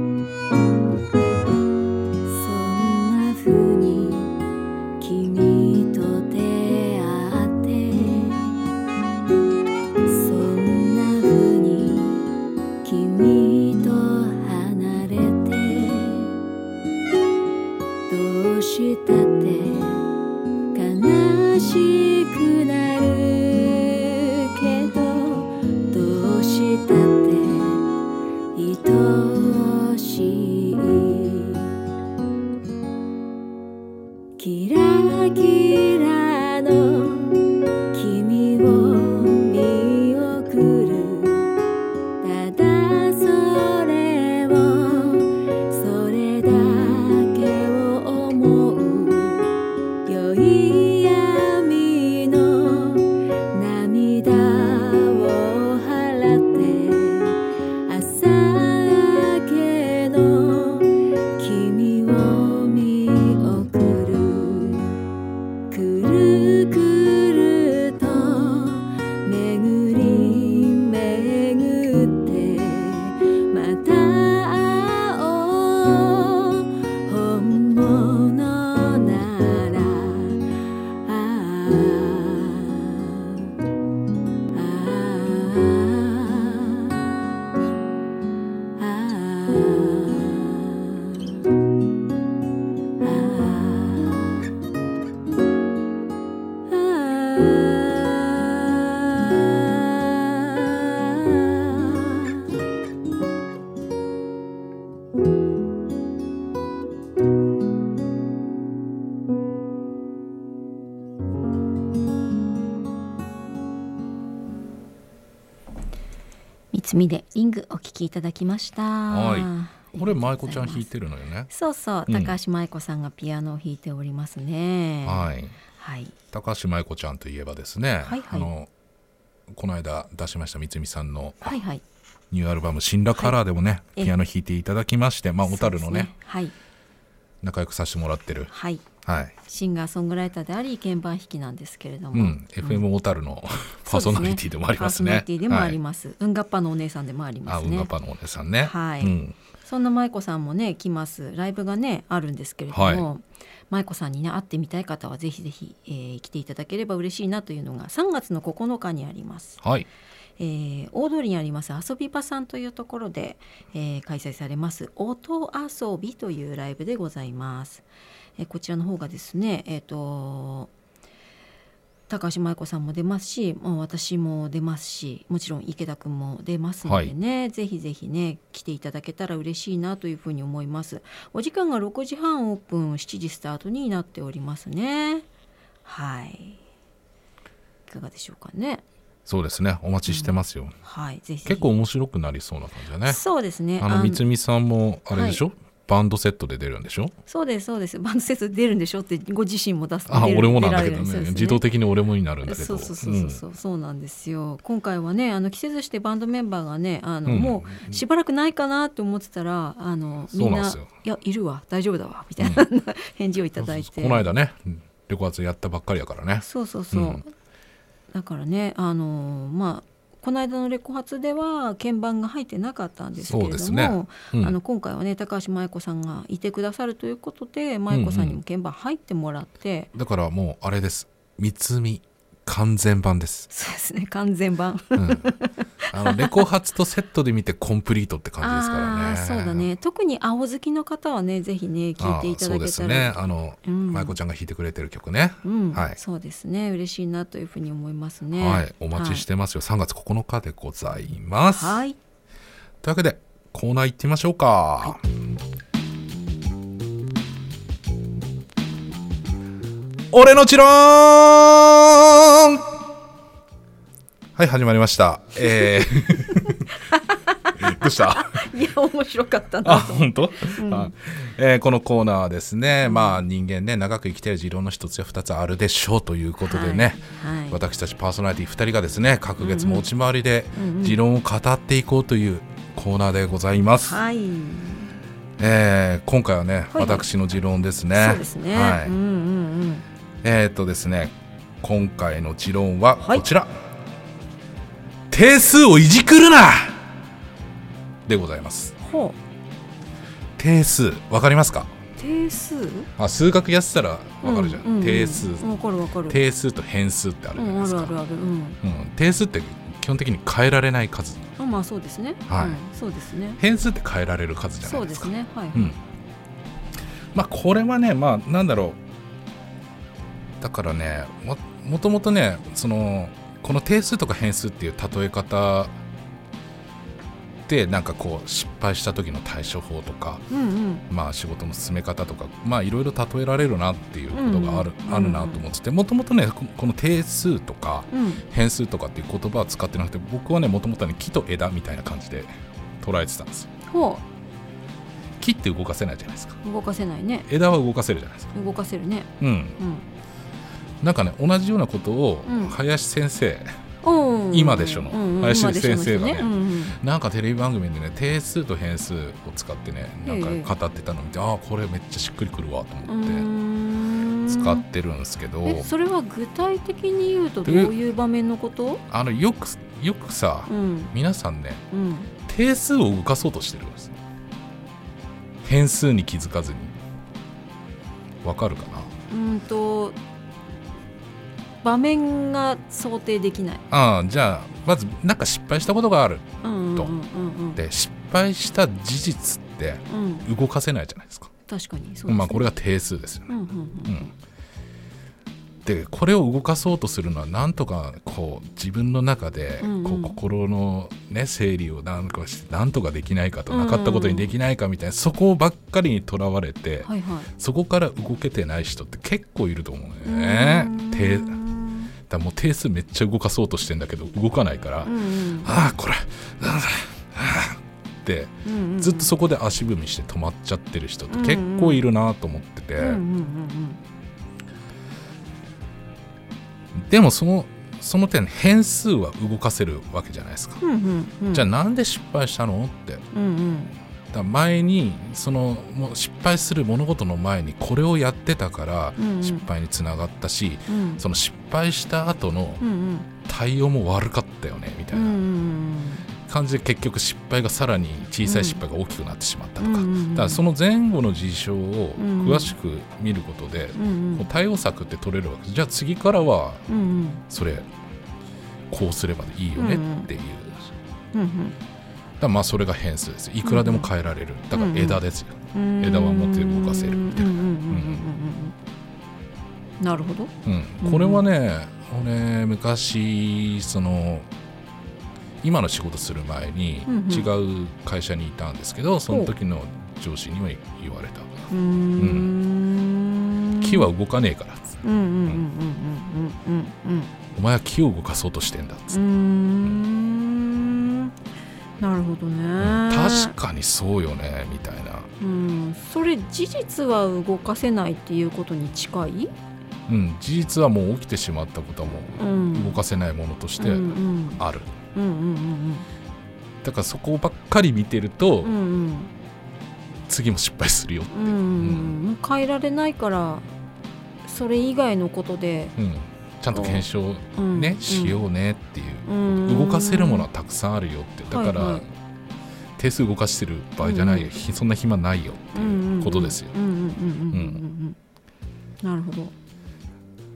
Speaker 4: 「いつみでリングお聞きいただきました。
Speaker 2: はこれ舞子ちゃん弾い
Speaker 4: る。
Speaker 2: てるのよね
Speaker 4: そうそう、
Speaker 2: うん
Speaker 4: 高橋舞子さんがピアノを弾いておりますね。
Speaker 2: はい
Speaker 4: はい。
Speaker 2: 高橋舞子ちゃんといえばですね、
Speaker 4: はいはい
Speaker 2: あのこの間出しました三つみさんの
Speaker 4: はいはい。
Speaker 2: ニューアルバム「死んだカラー」でもね、
Speaker 4: ええ
Speaker 2: ピアノ弾いていただきましてまあ小樽の
Speaker 4: そう
Speaker 2: ね
Speaker 4: ですはい。
Speaker 2: 仲良くさせてもらってる
Speaker 4: はい。
Speaker 2: はい、
Speaker 4: シンガーソングライターであり鍵盤弾きなんですけれ
Speaker 2: う
Speaker 4: ど
Speaker 2: ん
Speaker 4: も、
Speaker 2: FM 小樽 のパーソナリティでもありますね
Speaker 4: パーソナリティでもあり
Speaker 2: ま
Speaker 4: ます。うんがっぱのお姉さんでもあります
Speaker 2: あ、うん
Speaker 4: ね
Speaker 2: が。ぱのお姉さんね
Speaker 4: はい
Speaker 2: うん、
Speaker 4: そんな舞子さんもね来ますライブがねあるんですけれども、
Speaker 2: は
Speaker 4: 舞子さんにね会ってみたい方はぜひぜひ、えー来ていただければ嬉しいなというのが3月の9日にあります、
Speaker 2: はい
Speaker 4: えー大通りにあります遊び場さんというところで、えー開催されます音遊びというライブでございます、えーこちらの方がですねえっ、と高橋舞子さんも出ますしもう私も出ますしもちろん池田君も出ますのでね、ぜひぜひね来ていただけたら嬉しいなというふうに思いますお時間が6時半オープン7時スタートになっておりますねはいいかがでしょうかね
Speaker 2: そうですねお待ちしてますよ、
Speaker 4: はいぜひぜひ
Speaker 2: 結構面白くなりそうな感じだね
Speaker 4: そうですね
Speaker 2: あ
Speaker 4: あ
Speaker 2: の
Speaker 4: の
Speaker 2: 三つみさんもあれでしょ、バンドセットで出るんでしょ
Speaker 4: そうですそうですバンドセット出るんでしょってご自身も出す
Speaker 2: あ
Speaker 4: 出る
Speaker 2: 俺もなんだけど
Speaker 4: 出られる
Speaker 2: ね
Speaker 4: そうです
Speaker 2: 自動的に俺もになるんだけど
Speaker 4: そうそうそうそうそう、そうなんですよ今回はねあの季節してバンドメンバーがねあの、
Speaker 2: うん
Speaker 4: もうしばらくないかなと思ってたらあのみん
Speaker 2: そうなんで
Speaker 4: な
Speaker 2: すよ
Speaker 4: いやいるわ大丈夫だわみたいな、 返事をいただいて
Speaker 2: この間ね旅行発やったばっかりやからね
Speaker 4: そうそうそう、
Speaker 2: うん
Speaker 4: だからねあのまあこの間のレコ発では鍵盤が入ってなかったんですけれど
Speaker 2: そう
Speaker 4: も、
Speaker 2: ですねうん
Speaker 4: あの今回はね高橋舞子さんがいてくださるということで舞子さんにも鍵盤入ってもらって、
Speaker 2: だからもうあれです三つみ完全版です、
Speaker 4: そうですね完全 版
Speaker 2: うん、あのレコ発とセットで見てコンプリートって感じですから
Speaker 4: あ
Speaker 2: ね
Speaker 4: ーそうだね特に青好きの方はねぜひね聞いていただけた
Speaker 2: あーそ
Speaker 4: ら
Speaker 2: うですねあの、
Speaker 4: うん
Speaker 2: まいこちゃんが弾いてくれてる曲ね、
Speaker 4: うん
Speaker 2: はい
Speaker 4: そうですね嬉しいなというふうに思いますね
Speaker 2: はいお待ちしてますよ、3月9日でございます、
Speaker 4: はいはい
Speaker 2: というわけでコーナー行ってみましょうか、俺のチローンはい始まりましたえ ーどうした
Speaker 4: いや面白かった
Speaker 2: あ
Speaker 4: なと思っ
Speaker 2: 本
Speaker 4: て
Speaker 2: 当、あえーこのコーナーはですね、まあ人間ね長く生きてる持論の一つや二つあるでしょうということでね、
Speaker 4: はいはい
Speaker 2: 私たちパーソナリティ二人がですね各月持ち回りで持論を語っていこうというコーナーでございます、
Speaker 4: はい、
Speaker 2: えー今回はね、
Speaker 4: はい
Speaker 2: 私の持論ですね
Speaker 4: そうですね、
Speaker 2: はい
Speaker 4: うんうんうん
Speaker 2: えーっとですね今回の持論は
Speaker 4: はい
Speaker 2: こちら、定数をいじくるなでございます
Speaker 4: ほ
Speaker 2: 定数わかりますか
Speaker 4: う定数
Speaker 2: あ数学やってたらわかるじゃん、
Speaker 4: ううう
Speaker 2: 定数、
Speaker 4: わかるわかる
Speaker 2: 定数と変数ってある
Speaker 4: う
Speaker 2: じゃないですか、
Speaker 4: んあるあるあるうん
Speaker 2: うん定数って基本的に変えられない数
Speaker 4: あまあそうですね
Speaker 2: はい
Speaker 4: うんそうですね
Speaker 2: 変数って変えられる数じゃな
Speaker 4: そ
Speaker 2: いうで
Speaker 4: ですす
Speaker 2: か
Speaker 4: ねはい、
Speaker 2: うんまあこれはねまあなんだろうだからねももともとねそのこの定数とか変数っていう例え方でなんかこう失敗した時の対処法とか、
Speaker 4: うんうん
Speaker 2: まあ、仕事の進め方とかまあいろいろ例えられるなっていうことがある,、
Speaker 4: うん
Speaker 2: あるなと思っててもともとねここの定数とか
Speaker 4: うん
Speaker 2: 変数とかっていう言葉は使ってなくて僕はねもともとね木と枝みたいな感じで捉えてたんですよ
Speaker 4: ほ
Speaker 2: 木って動かせないじゃないですか
Speaker 4: う動かせないね
Speaker 2: 枝は動かせるじゃないですか
Speaker 4: 動かせるね
Speaker 2: うん
Speaker 4: うん
Speaker 2: なんかね同じようなことを
Speaker 4: うん
Speaker 2: 林先生、
Speaker 4: おー
Speaker 2: 今でしょの
Speaker 4: うんうん
Speaker 2: 林
Speaker 4: 今でしょの人
Speaker 2: 先生がね
Speaker 4: うんうん
Speaker 2: なんかテレビ番組でね定数と変数を使ってねなんか語ってたの見て、ああこれめっちゃしっくりくるわと
Speaker 4: う
Speaker 2: 思って
Speaker 4: ーん
Speaker 2: 使ってるんですけど、
Speaker 4: えそれは具体的に言うとどういう場面のこと
Speaker 2: あのよくよくさ、
Speaker 4: うん
Speaker 2: 皆さんね
Speaker 4: うん
Speaker 2: 定数を動かそうとしてるんです変数に気づかずにわかるかな
Speaker 4: うんと場面が想定できない、
Speaker 2: ああじゃあまずなんか失敗したことがある
Speaker 4: うんうんうん
Speaker 2: と
Speaker 4: うん
Speaker 2: で失敗した事実って
Speaker 4: うんうん、
Speaker 2: 動かせないじゃないですか
Speaker 4: 確かにそうですね
Speaker 2: まあこれが定数ですよ
Speaker 4: う
Speaker 2: ね、
Speaker 4: んうん
Speaker 2: うん、でこれを動かそうとするのはなんとかこう自分の中でこう、
Speaker 4: うんうん
Speaker 2: 心の、ね、整理をなんかしてなんとかできないかと
Speaker 4: うん
Speaker 2: な
Speaker 4: う
Speaker 2: んかったことにできないかみたいな、そこばっかりにとらわれて、
Speaker 4: うん、はいはい
Speaker 2: そこから動けてない人って結構いると思うのよね
Speaker 4: うーん
Speaker 2: 定だからもう定数めっちゃ動かそうとしてんだけど動かないから、
Speaker 4: うんうん
Speaker 2: ああこれなんだって
Speaker 4: うんうんうん
Speaker 2: ずっとそこで足踏みして止まっちゃってる人って結構いるなと思ってて、
Speaker 4: うんうんうん
Speaker 2: でもそのその点変数は動かせるわけじゃないですか、
Speaker 4: うんうんうんうん
Speaker 2: じゃあなんで失敗したのってだか
Speaker 4: うんうん
Speaker 2: ら前にそのもう失敗する物事の前にこれをやってたから
Speaker 4: うんうん
Speaker 2: 失敗につながったし、
Speaker 4: うん
Speaker 2: その失敗した後の
Speaker 4: うんうん
Speaker 2: 対応も悪かったよねみた
Speaker 4: う
Speaker 2: い
Speaker 4: ん
Speaker 2: な感じで結局失敗がさらに小さい失敗が大きくなってしまったとか、
Speaker 4: うん
Speaker 2: だからその前後の事象を
Speaker 4: うん
Speaker 2: 詳しく見ることで、
Speaker 4: うんうん
Speaker 2: こう対応策って取れるわけじゃあ次からは
Speaker 4: うんうん
Speaker 2: それこうすればいいよねっていう、
Speaker 4: うん
Speaker 2: だからまあそれが変数ですいくらでも変えられるだから枝ですよ、
Speaker 4: うんうん
Speaker 2: 枝は持って動かせるみたいな
Speaker 4: うんうんうんうんうんなるほど
Speaker 2: うんこれはね俺昔その今の仕事する前に
Speaker 4: うんうん
Speaker 2: 違う会社にいたんですけどその時の上司には言われた
Speaker 4: うーん
Speaker 2: 木は動かねえからっつって
Speaker 4: うんうんうんうんうんうんうん
Speaker 2: お前は木を動かそうとしてんだっつ
Speaker 4: うー
Speaker 2: って、
Speaker 4: んなるほど
Speaker 2: うん
Speaker 4: ね
Speaker 2: 確かにそうよねみたいな
Speaker 4: うんそれ事実は動かせないっていうことに近い
Speaker 2: うん、事実はもう起きてしまったことはも
Speaker 4: う
Speaker 2: うん動かせないものとして
Speaker 4: うんうん
Speaker 2: ある、
Speaker 4: うんうんうん
Speaker 2: だからそこばっかり見てると、
Speaker 4: うんうん
Speaker 2: 次も失敗するよ、
Speaker 4: うんうんもう変えられないからそれ以外のことで、
Speaker 2: うん、ちゃんと検証
Speaker 4: うん
Speaker 2: ね、しようねっていうう、
Speaker 4: ん、
Speaker 2: 動かせるものはたくさんあるよってだから、
Speaker 4: はいはい
Speaker 2: 定数動かしてる場合じゃないよ、ひそんな暇ないよっていうことですよ、
Speaker 4: うんうんうんうんうんうんうんなるほど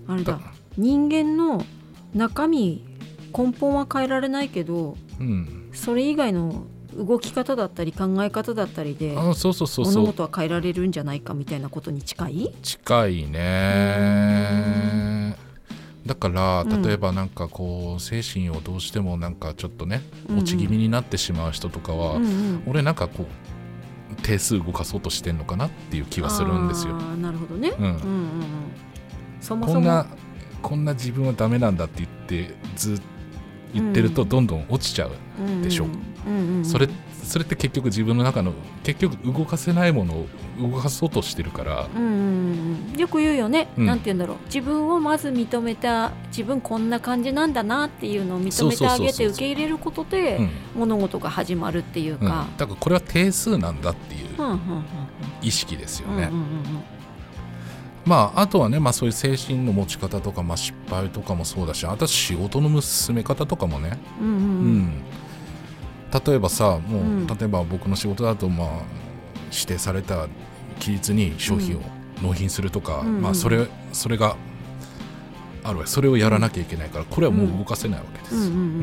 Speaker 4: あれだ
Speaker 2: だ
Speaker 4: 人間の中身根本は変えられないけど
Speaker 2: うん、
Speaker 4: それ以外の動き方だったり考え方だったりで
Speaker 2: あそうそうそうそ
Speaker 4: 物
Speaker 2: う
Speaker 4: 事は変えられるんじゃないかみたいなことに近い
Speaker 2: 近いねだから
Speaker 4: うん
Speaker 2: 例えばなんかこう精神をどうしてもなんかちょっとね
Speaker 4: うんうん
Speaker 2: 落ち気味になってしまう人とかは、
Speaker 4: うんうん
Speaker 2: 俺なんかこう定数動かそうとしてんのかなっていう気はするんです
Speaker 4: あ
Speaker 2: よ。
Speaker 4: ーなるほどね、
Speaker 2: うん
Speaker 4: うんうんうんそもそも
Speaker 2: こんなこんな自分はダメなんだって言ってずっ言ってると
Speaker 4: うん
Speaker 2: どんどん落ちちゃう、でしょ
Speaker 4: うんうんうん
Speaker 2: それそれって結局自分の中の結局動かせないものを動かそうとしてるから
Speaker 4: うんうんうんよく言うよね、
Speaker 2: うん
Speaker 4: なんて言うんだろう自分をまず認めた自分こんな感じなんだなっていうのを認
Speaker 2: そう
Speaker 4: め
Speaker 2: そ
Speaker 4: て
Speaker 2: う
Speaker 4: あ
Speaker 2: そう
Speaker 4: げ
Speaker 2: そ
Speaker 4: て
Speaker 2: う
Speaker 4: 受け入れることで、
Speaker 2: うん
Speaker 4: 物事が始まるっていう
Speaker 2: うん
Speaker 4: か、
Speaker 2: だからこれは定数なんだっていう
Speaker 4: うんうんうん
Speaker 2: 意識ですよ
Speaker 4: うん
Speaker 2: ね。
Speaker 4: うんうん
Speaker 2: まあ、あとはね、まあ、そういう精神の持ち方とか、まあ、失敗とかもそうだしあとは仕事の進め方とかもね、
Speaker 4: うんうん
Speaker 2: うん
Speaker 4: うん
Speaker 2: 例えばさもう、
Speaker 4: うん
Speaker 2: 例えば僕の仕事だと、まあ、指定された期日に商品を納品するとか、
Speaker 4: うん
Speaker 2: まあ、
Speaker 4: うん
Speaker 2: それそれがあるわけそれをやらなきゃいけないからこれはもう動かせないわけで
Speaker 4: うんうん
Speaker 2: す。
Speaker 4: うんう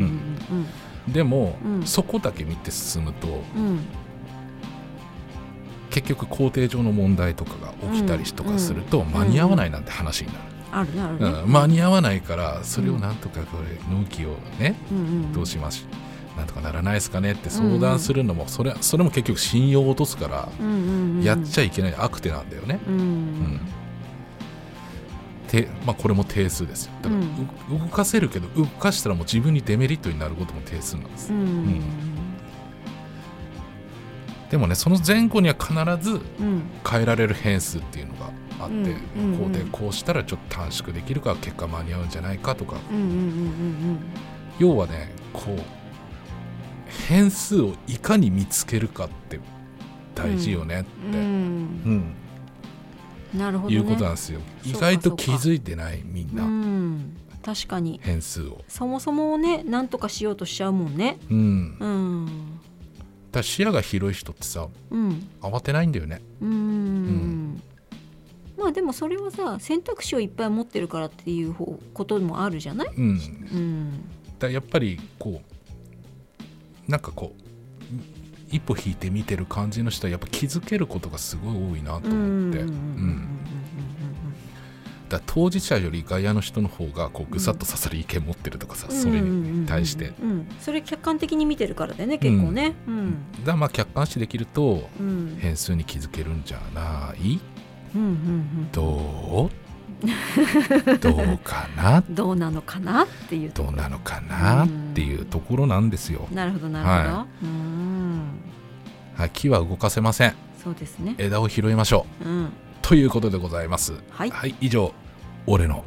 Speaker 4: ん
Speaker 2: でも、
Speaker 4: うん
Speaker 2: そこだけ見て進むと
Speaker 4: うん
Speaker 2: 結局工程上の問題とかが起きたりとかすると、間に合わないなんて話になる。
Speaker 4: あるねあるね、
Speaker 2: うん間に合わないからそれをなんとかこれ納期をね
Speaker 4: うんうんうん
Speaker 2: どうしますなんとかならないですかねって相談するのもそれそれも結局信用を落とすから
Speaker 4: うんうんうん
Speaker 2: やっちゃいけない悪手なんだよね。
Speaker 4: うん
Speaker 2: うんてまあ、これも定数ですよだから
Speaker 4: う
Speaker 2: う動かせるけど動かしたらもう自分にデメリットになることも定数なんです
Speaker 4: うん
Speaker 2: でもねその前後には必ず
Speaker 4: うん
Speaker 2: 変えられる変数っていうのがあって、
Speaker 4: うん
Speaker 2: 工程こうしたらちょっと短縮できるから結果間に合うんじゃないかとか
Speaker 4: うんうんうん
Speaker 2: 要はねこう変数をいかに見つけるかって大事よねって、
Speaker 4: うんうん
Speaker 2: う
Speaker 4: うん
Speaker 2: ん
Speaker 4: なるほどね
Speaker 2: いうことなんですよ、
Speaker 4: そう
Speaker 2: 意
Speaker 4: か
Speaker 2: 外と気づいてないみん
Speaker 4: う
Speaker 2: な、
Speaker 4: ん確かに
Speaker 2: 変数を、
Speaker 4: そもそもね何とかしようとしちゃうもんね
Speaker 2: うん、だか
Speaker 4: うん
Speaker 2: ら視野が広い人ってさ
Speaker 4: うん
Speaker 2: 慌てないんだよね
Speaker 4: うん、
Speaker 2: ん
Speaker 4: まあでもそれはさ選択肢をいっぱい持ってるからっていう方こともあるじゃない、
Speaker 2: うんだ
Speaker 4: うん、
Speaker 2: からやっぱりこうなんかこう一歩引いて見てる感じの人はやっぱ気づけることがすごい多いなと思って、
Speaker 4: うん
Speaker 2: うんだから当事者より外野の人の方がこうぐさっと刺さる意見持ってるとかさ、それに対して、
Speaker 4: うんうんうんうんうんそれ客観的に見てるからだよね結構ねうん
Speaker 2: だからまあ客観視できると
Speaker 4: うんうん
Speaker 2: 変数に気づけるんじゃない
Speaker 4: うんうん
Speaker 2: ど うどうかな
Speaker 4: うんどうなのかなっていう
Speaker 2: どうなのかなっていうところなんですよ。
Speaker 4: なるほどなるほど、
Speaker 2: は
Speaker 4: うん
Speaker 2: はい、木は動かせません
Speaker 4: そうですね
Speaker 2: 枝を拾いましょう
Speaker 4: うん
Speaker 2: ということでございます
Speaker 4: はい
Speaker 2: はい、以上俺の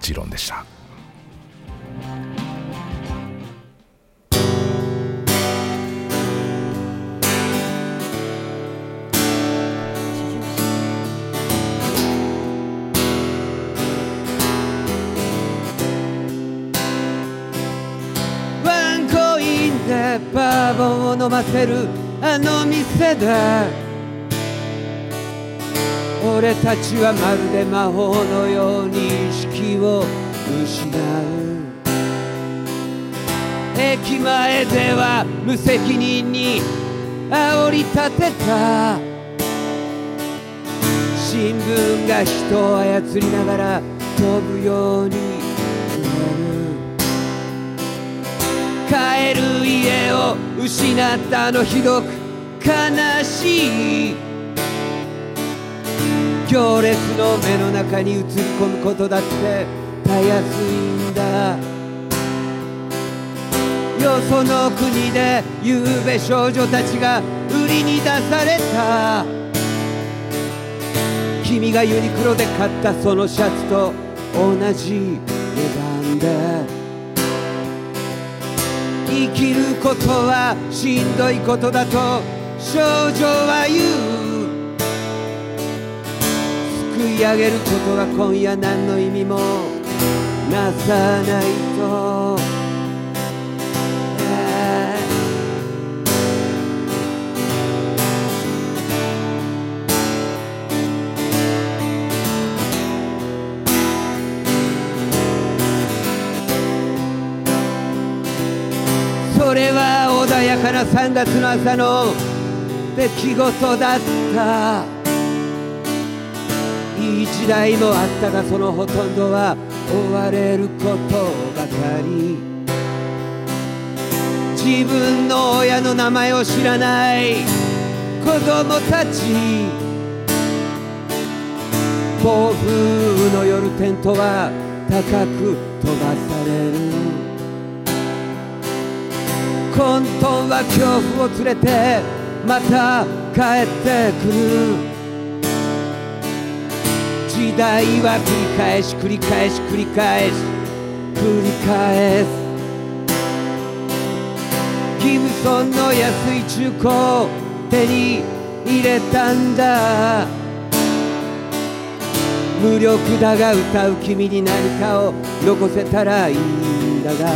Speaker 2: 持論でした
Speaker 6: ワンコインでバーボンを飲ませるあの店だ俺たちはまるで魔法のように意識を失う駅前では無責任に煽り立てた新聞が人を操りながら飛ぶようになる帰る家を失ったのひどく悲しい行列の目の中に映り込むことだってたやすいんだよその国で夕べ少女たちが売りに出された君がユニクロで買ったそのシャツと同じ値段で生きることはしんどいことだと少女は言う救い上げることは今夜何の意味もなさないと、えーそれは穏やかな3月の朝の出来事だったいい時代もあったがそのほとんどは追われることばかり自分の親の名前を知らない子供たち暴風雨の夜テントは高く飛ばされる混沌は恐怖を連れてまた帰ってくる時代は繰り返し繰り返し繰り返し繰り返すギブソンの安い中古を手に入れたんだ無力だが歌う君に何かを残せたらいいんだが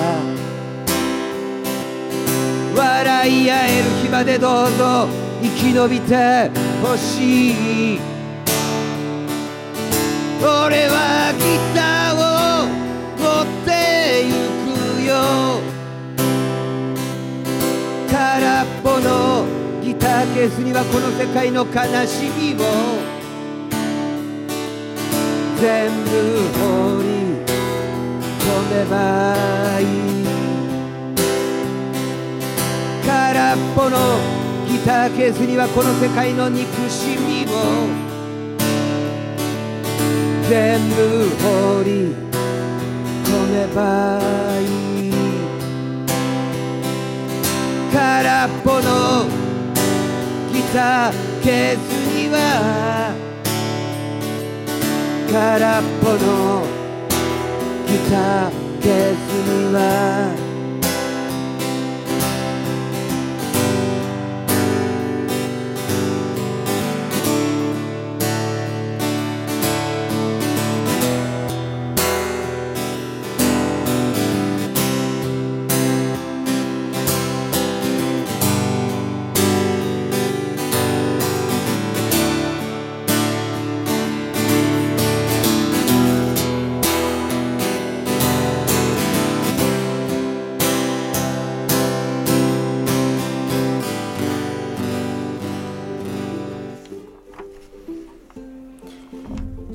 Speaker 6: 笑い合える日までどうぞ生き延びてほしい俺はギターを持ってゆくよ空っぽのギターケースにはこの世界の悲しみを全部放り込めばいい空っぽのギターケースにはこの世界の憎しみを全部放り込めばいい空っぽのギターケースには空っぽのギターケースには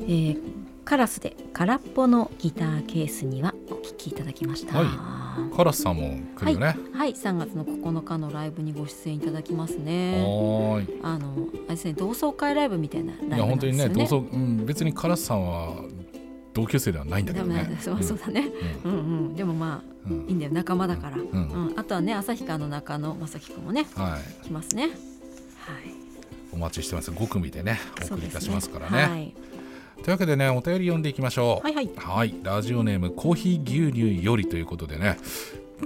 Speaker 4: えーカラスで空っぽのギターケースにはお聞きいただきました。
Speaker 2: はカラスさんも来るよね、
Speaker 4: はい、3月の9日のライブにご出演いただきます
Speaker 2: は
Speaker 4: ね。
Speaker 2: ーい
Speaker 4: あの、あれですね、同窓会ライブみたいなライブ
Speaker 2: いや
Speaker 4: なん
Speaker 2: 本当
Speaker 4: で
Speaker 2: に
Speaker 4: す
Speaker 2: ね
Speaker 4: よね。
Speaker 2: 同窓、うん、別にカラスさんは同級生ではないんだけ
Speaker 4: ダ
Speaker 2: ど
Speaker 4: メな
Speaker 2: ね
Speaker 4: んです。まあそうだね。うんうん、でもま
Speaker 2: う
Speaker 4: あ
Speaker 2: んうん
Speaker 4: いいんだよ仲間だから。う
Speaker 2: うん
Speaker 4: ん、あとはね、旭川の中野正樹くんもね
Speaker 2: はい
Speaker 4: 来ますね。
Speaker 2: お待ちしてます5組でねお送りいたしますからね
Speaker 4: はい、
Speaker 2: というわけでねお便り読んでいきましょう
Speaker 4: はいはい
Speaker 2: ラジオネームコーヒー牛乳よりということでね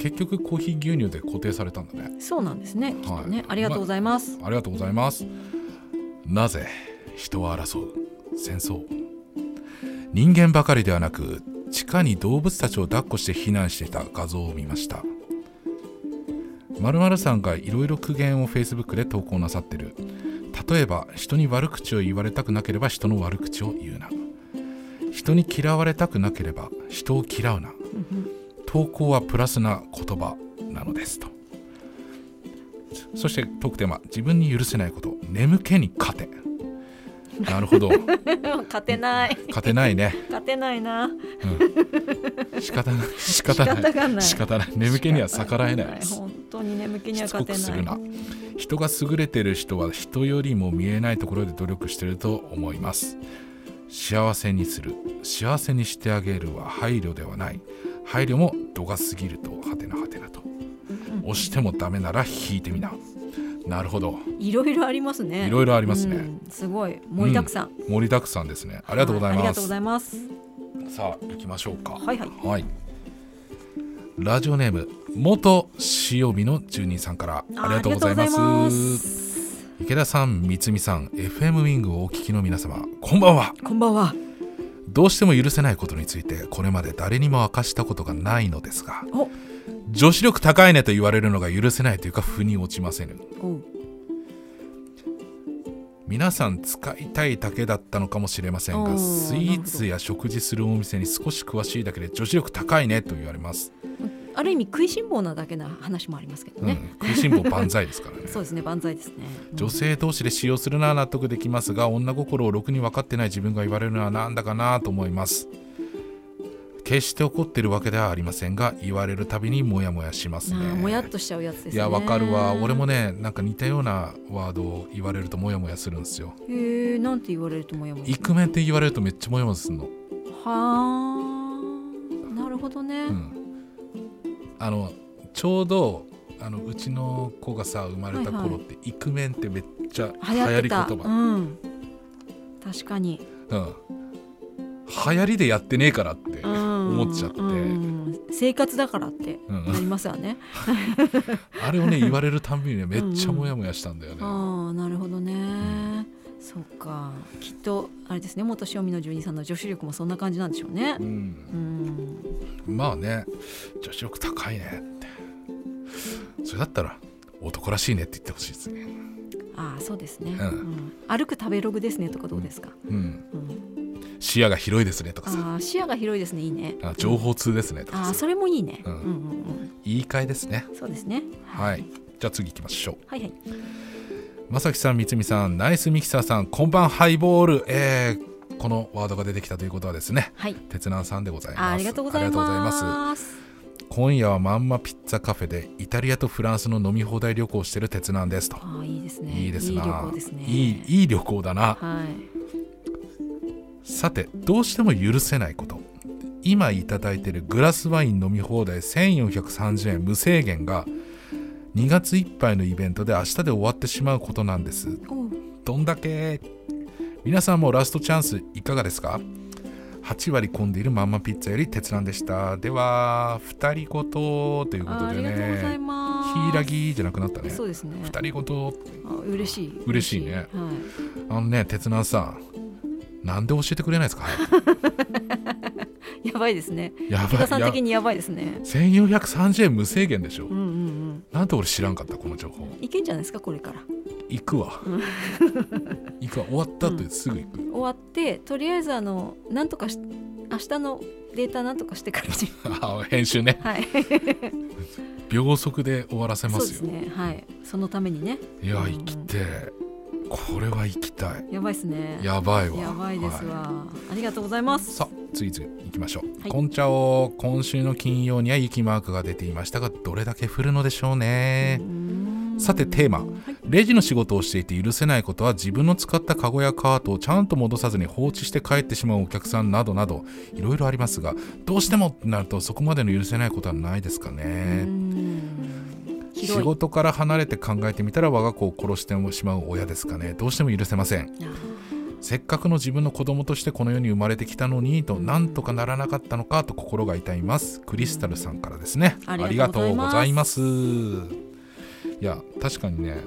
Speaker 2: 結局コーヒー牛乳で固定されたんだね
Speaker 4: そうなんですね。きっとね、
Speaker 2: はい
Speaker 4: ありがとうございます。
Speaker 2: ありがとうございます。なぜ人は争う戦争人間ばかりではなく地下に動物たちを抱っこして避難していた画像を見ました〇〇さんがいろいろ苦言を Facebook で投稿なさってる例えば人に悪口を言われたくなければ人の悪口を言うな人に嫌われたくなければ人を嫌うな投稿はプラスな言葉なのですとそしてトークテーマ自分に許せないこと眠気に勝てなるほ ど
Speaker 4: 勝てない、
Speaker 2: 勝てないね、
Speaker 4: 勝てないな。
Speaker 2: うん、仕方ない仕方ない
Speaker 4: 仕方がない
Speaker 2: 仕方ない眠気には逆らえないです
Speaker 4: 本当に眠気には
Speaker 2: しつこ
Speaker 4: 勝て
Speaker 2: くす
Speaker 4: な
Speaker 2: る
Speaker 4: い。
Speaker 2: な人が優れてる人は人よりも見えないところで努力してると思います幸せにする幸せにしてあげるは配慮ではない配慮も度が過ぎるとはてなはてなと押してもダメなら引いてみななるほど
Speaker 4: いろいろありますね。
Speaker 2: いろいろありますね
Speaker 4: うんすごい盛りだくさん。あ
Speaker 2: 盛りだくさんですねありがとうござい
Speaker 4: あり
Speaker 2: ま
Speaker 4: がとう
Speaker 2: す
Speaker 4: ございます。
Speaker 2: さあ行きましょうか
Speaker 4: はいはい
Speaker 2: ラジオネーム元塩見の住人さんからありがとうございま
Speaker 4: ありがとうございますす。
Speaker 2: 池田さん三つさん FM ウィングをお聞きの皆様こんばんは
Speaker 4: こんばんは。
Speaker 2: どうしても許せないことについてこれまで誰にも明かしたことがないのですが
Speaker 4: お
Speaker 2: 女子力高いねと言われるのが許せないというか腑に落ちませぬ
Speaker 4: おう
Speaker 2: 皆さん使いたいだけだったのかもしれません
Speaker 4: お
Speaker 2: が
Speaker 4: ー
Speaker 2: スイーツや食事するお店に少し詳しいだけで女子力高いねと言われます、
Speaker 4: ある意味食いしん坊なだけな話もありますけど
Speaker 2: うん
Speaker 4: ね。、
Speaker 2: 食いしん坊万歳ですからね
Speaker 4: そうですね、万歳ですね。
Speaker 2: 女性同士で使用するのは納得できますが女心をろくに分かってない自分が言われるのはなんだかなと思います決して怒ってるわけではありませんが言われるたびにモヤモヤします
Speaker 4: な
Speaker 2: ね
Speaker 4: あもやっとしちゃうやつですね。
Speaker 2: いやわかるわ俺も。ねなんか似たようなワードを言われるとモヤモヤするんですよ
Speaker 4: へえ、なんて言われるともやもや。
Speaker 2: イクメンって言われるとめっちゃモヤモヤするの
Speaker 4: はあ、なるほどね。
Speaker 2: うん、あのちょうどあのうちの子がさ生まれた頃って、イクメンってめっちゃ流
Speaker 4: 流行
Speaker 2: 行
Speaker 4: って
Speaker 2: り言
Speaker 4: た。
Speaker 2: 葉、
Speaker 4: うん。確かに。
Speaker 2: うん流行りでやってねえからって
Speaker 4: 思
Speaker 2: 思っちゃって、
Speaker 4: 生活だからって
Speaker 2: うん
Speaker 4: なりますよ ね。
Speaker 2: あれをね言われるたんびに ねめっちゃモヤモヤしたんだよね、
Speaker 4: ああ、なるほどね。そうか。きっとあれですね。元塩見の住人さんの女子力もそんな感じなんでしょうね
Speaker 2: う。
Speaker 4: うんん。
Speaker 2: まあね女子力高いねってそれだったら男らしいねって言ってほしいですね
Speaker 4: ああ、そうですね。
Speaker 2: うん
Speaker 4: うん歩く食べログですねとかどうですか。
Speaker 2: うん
Speaker 4: うん
Speaker 2: 視野が広いですねとかさ
Speaker 4: ああ、視野が広いですね。いいね。
Speaker 2: あ情報通ですねと
Speaker 4: あ
Speaker 2: か
Speaker 4: あ、
Speaker 2: さ
Speaker 4: それもいいね。う
Speaker 2: うんん
Speaker 4: うんうん。
Speaker 2: 言い換えですね
Speaker 4: そうですね。
Speaker 2: はいじゃあ次行きましょう
Speaker 4: はいはい。
Speaker 2: まさきさん、みつみさん、ナイスミキサーさん、こんばんハイボール。えー、このワードが出てきたということはですね、
Speaker 4: はい。
Speaker 2: 鉄南さんでございます。
Speaker 4: あありがとうござい
Speaker 2: す
Speaker 4: ます。
Speaker 2: 今夜はまんまピッツァカフェでイタリアとフランスの飲み放題旅行をしてる鉄南ですと。
Speaker 4: ああいいですね。
Speaker 2: いいですな。
Speaker 4: いい旅行ですね。
Speaker 2: いいいい旅行だな。
Speaker 4: はい。
Speaker 2: さて、どうしても許せないこと。今いただいてるグラスワイン飲み放題1430円無制限が2月いっぱいのイベントで明日で終わってしまうことなんです
Speaker 4: おう
Speaker 2: どんだけ皆さんもラストチャンスいかがですか8割混んでいるまんまピッツァより鉄腕でしたでは2人ごとというこ
Speaker 4: あ
Speaker 2: と
Speaker 4: ーあ
Speaker 2: で
Speaker 4: りがとうござい
Speaker 2: ね
Speaker 4: ます。
Speaker 2: ヒイラギじゃなくなったね
Speaker 4: そうですね。
Speaker 2: 2人ごと
Speaker 4: あ嬉しい。
Speaker 2: 嬉しいね
Speaker 4: は
Speaker 2: あのね鉄腕さんなんで教えてくれないで すか
Speaker 4: い。やばいですね。
Speaker 2: や
Speaker 4: 池田
Speaker 2: ば
Speaker 4: さ
Speaker 2: い
Speaker 4: ん
Speaker 2: や
Speaker 4: 的にやばいですね。
Speaker 2: 1430円無制限でしょ
Speaker 4: うんうんうん。
Speaker 2: なんで俺知らんかったこの情報
Speaker 4: いけんじゃないですかこれから。
Speaker 2: 行く わ行くわ終わった後すぐ行く
Speaker 4: 終わってとりあえずあのなんとかし明日のデータなんとかしてからに
Speaker 2: あ編集ね
Speaker 4: はい。
Speaker 2: 秒速で終わらせま
Speaker 4: そうです
Speaker 2: よ
Speaker 4: すね。はい。そのためにね。
Speaker 2: いや
Speaker 4: うん
Speaker 2: 行きてえこれは行きたい
Speaker 4: やばいですね。
Speaker 2: やばいわ
Speaker 4: やばいです
Speaker 2: は
Speaker 4: わ。ありがとうございます。
Speaker 2: さあ次々行きましょう、
Speaker 4: はい
Speaker 2: こんちゃを今週の金曜には雪マークが出ていましたがどれだけ降るのでしょうねさてテーマレジの仕事をしていて許せないことは自分の使ったカゴやカートをちゃんと戻さずに放置して帰ってしまうお客さんなどなどいろいろありますがどうしてもってなるとそこまでの許せないことはないですかね
Speaker 4: うん広い
Speaker 2: 仕事から離れて考えてみたら我が子を殺してしまう親ですかねどうしても許せません
Speaker 4: あ
Speaker 2: せっかくの自分の子供としてこの世に生まれてきたのにとなんとかならなかったのかと心が痛いますクリスタルさんからですね
Speaker 4: あ
Speaker 2: あ
Speaker 4: り
Speaker 2: り
Speaker 4: が
Speaker 2: が
Speaker 4: と
Speaker 2: と
Speaker 4: う
Speaker 2: う
Speaker 4: ご
Speaker 2: ご
Speaker 4: ざ
Speaker 2: ざ
Speaker 4: い
Speaker 2: い
Speaker 4: ま
Speaker 2: ますいや確かにね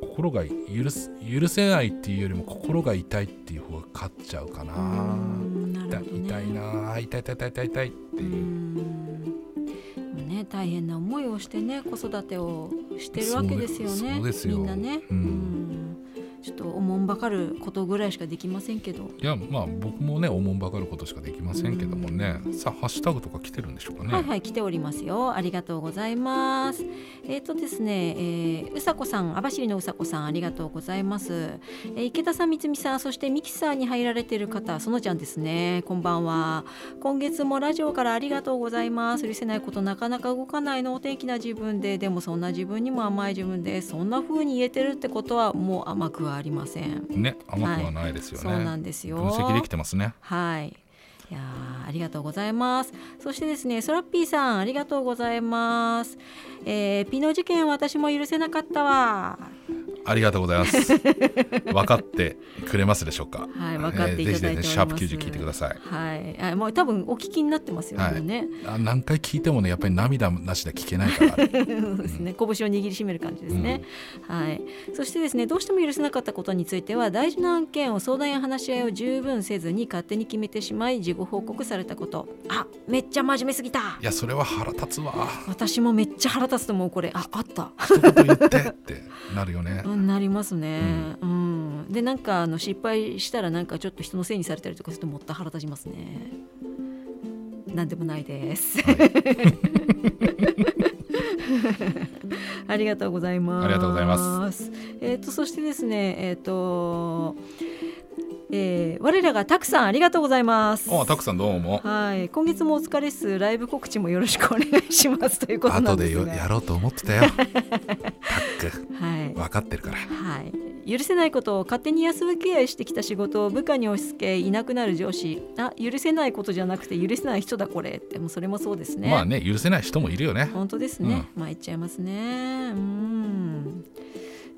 Speaker 2: 心が許す許せないっていうよりも心が痛いっていう方が勝っちゃうかな
Speaker 4: ーうんなる
Speaker 2: 痛
Speaker 4: ほど
Speaker 2: い
Speaker 4: ね
Speaker 2: 痛いなあ痛い痛い痛い痛い痛いって
Speaker 4: う
Speaker 2: いうん
Speaker 4: ね、大変な思いをしてね子育てをしてるわけですよね
Speaker 2: そうでそうですよ
Speaker 4: みんなね、
Speaker 2: うん
Speaker 4: うんちょっとおもんばかることぐらいしかできませんけど
Speaker 2: いやまあ僕もねおもんばかることしかできませんけどもねさあハッシュタグとか来てるんでしょうかね、
Speaker 4: はいはい来ておりますよありがとうございますえっ、とですね、えーうさこさん網走のうさこさんありがとうございます、えー池田さんみつみさんそしてミキサーに入られてる方そのちゃんですねこんばんは今月もラジオからありがとうございます許せないことなかなか動かないのお天気な自分ででもそんな自分にも甘い自分でそんな風に言えてるってことはもう甘くはありません
Speaker 2: ね甘くはないですよね、
Speaker 4: そうなんですよ
Speaker 2: 分析できてますね
Speaker 4: はい。いやーありがとうございます。そしてですね、ソラッピーさんありがとうございます。えーピノ事件私も許せなかったわ。
Speaker 2: ありがとうございま す。分かってくれますでしょうか。
Speaker 4: はい、分かっていた
Speaker 2: えーぜ
Speaker 4: だいております。
Speaker 2: ひぜひねシャープ90聞いてください
Speaker 4: はい、あもう多分お聞きになってますよ、
Speaker 2: はい
Speaker 4: もうね。
Speaker 2: あ何回聞いてもね、やっぱり涙なしで聞けないから。
Speaker 4: そうですね、拳を握りしめる感じですね、はい。そしてですね、どうしても許せなかったことについては、大事な案件を相談や話し合いを十分せずに勝手に決めてしまい、事後報告されたこと。あ、めっちゃ真面目すぎた
Speaker 2: い。や、それは腹立つわ。
Speaker 4: 私もめっちゃ腹立つと思うこれああった
Speaker 2: 一言言ってってなるよね。
Speaker 4: うんなりますね、うんでなんかあの失敗したらなんかちょっと人のせいにされたりとかするともった腹立ちますねなんでもないです、 ありがとうございます
Speaker 2: ありがとうございます
Speaker 4: えっ、とそしてですねえっ、とえー我らがたくさんありがとうございます
Speaker 2: お、たくさんどうも。
Speaker 4: はい今月もお疲れっすライブ告知もよろしくお願いしますということな
Speaker 2: 後
Speaker 4: んで
Speaker 2: です
Speaker 4: が
Speaker 2: よやろうと思ってたよ。タック、
Speaker 4: はい
Speaker 2: 分かってるから。
Speaker 4: はい、許せないことを勝手に安請け合いしてきた仕事を部下に押し付けいなくなる上司あ許せないことじゃなくて許せない人だこれってもうそれもそうですね,、
Speaker 2: まあね、許せない人もいるよね。
Speaker 4: 本当ですね、まあ言っちゃいますねうん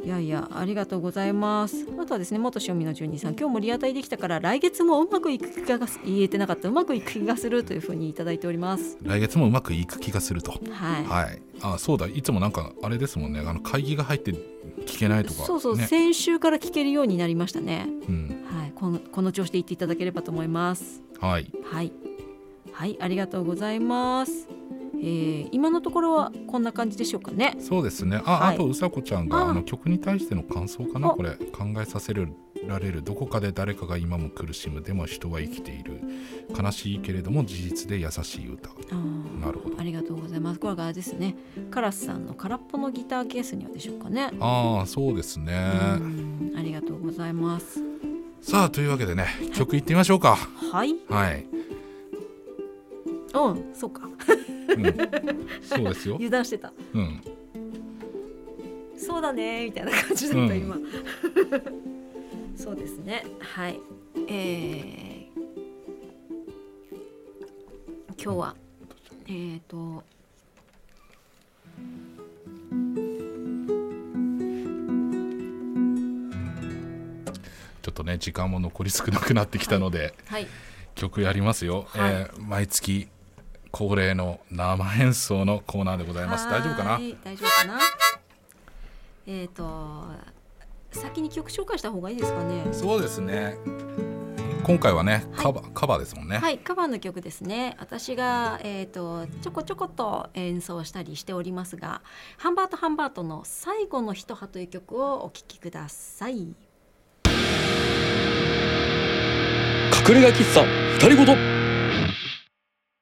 Speaker 4: いやいやありがとうございますあとはですね元塩見の住人さん今日もリアタイできたから来月もうまくいく気がす言えてなかったうまくいく気がするというふうにいただいております
Speaker 2: 来月もうまくいく気がすると。
Speaker 4: はい、
Speaker 2: はい。あ、そうだ。いつもなんかあれですもんね。あの会議が入って聞けないとか。
Speaker 4: そうそう、
Speaker 2: ね。
Speaker 4: 先週から聞けるようになりましたね
Speaker 2: うん。
Speaker 4: はいこのこの調子で言っていただければと思います
Speaker 2: はい。
Speaker 4: はい、はい、ありがとうございます。えー、今のところはこんな感じでしょうかね。
Speaker 2: そうですね。あ、
Speaker 4: はい
Speaker 2: あとうさこちゃん
Speaker 4: あ
Speaker 2: があの曲に対しての感想かな。
Speaker 4: お
Speaker 2: これ考えさせるられる。どこかで誰かが今も苦しむ。でも人は生きている。悲しいけれども事実で優しい歌。
Speaker 4: あー
Speaker 2: なるほど
Speaker 4: ありがとうございます。これがあれですね。カラスさんの空っぽのギターケースにはでしょうかね。
Speaker 2: ああ、そうですね。
Speaker 4: うんありがとうございます。
Speaker 2: さあ、というわけでね、曲いってみましょうか。
Speaker 4: はい。
Speaker 2: はい。
Speaker 4: うん、そうか。
Speaker 2: うん、そうですよ。
Speaker 4: 油断してた。
Speaker 2: うん。
Speaker 4: そうだねみたいな感じだった、
Speaker 2: うん
Speaker 4: 今。 そうですね。はい。えー、今日はえっ、ー、と。
Speaker 2: ちょっとね、時間も残り少なくなってきたので、
Speaker 4: はい。
Speaker 2: 曲やりますよ。
Speaker 4: はい
Speaker 2: えー毎月恒例の生演奏のコーナーでございます。大丈夫かな
Speaker 4: は。ーい大丈夫かなえっ、と先に曲紹介した方がいいですかね
Speaker 2: そうですね。今回はね、カバー、カバーですもんね。
Speaker 4: はいカバーの曲ですね私が、えー、とちょこちょこと演奏したりしておりますが「ハンバートハンバート」の「最後の一葉」という曲をお聴きください
Speaker 6: 隠れ家喫茶二人ごと
Speaker 4: は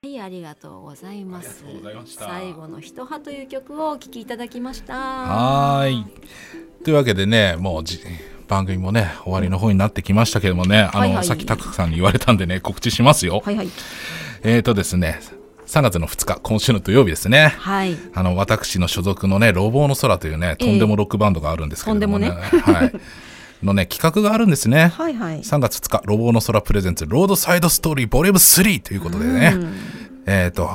Speaker 4: いありがとうございます
Speaker 2: ありがとうございました
Speaker 4: 最後の一葉という曲をお聴きいただきました
Speaker 2: はーい。というわけでね、もうじ番組もね、終わりの方になってきましたけどもね、あの、
Speaker 4: はいはい
Speaker 2: さっきタクさんに言われたんでね、告知しますよ。
Speaker 4: はいはい
Speaker 2: えーとですね、3月の2日、今週の土曜日ですね。
Speaker 4: はい
Speaker 2: あの、私の所属のね、ロボの空というね、とんでもロックバンドがあるんですけれどもね。
Speaker 4: とん
Speaker 2: はい。のね、企画があるんですね。
Speaker 4: はいはい
Speaker 2: 3月2日、ロボの空プレゼンツ、ロードサイドストーリーボリューム3ということでね、えっ、と、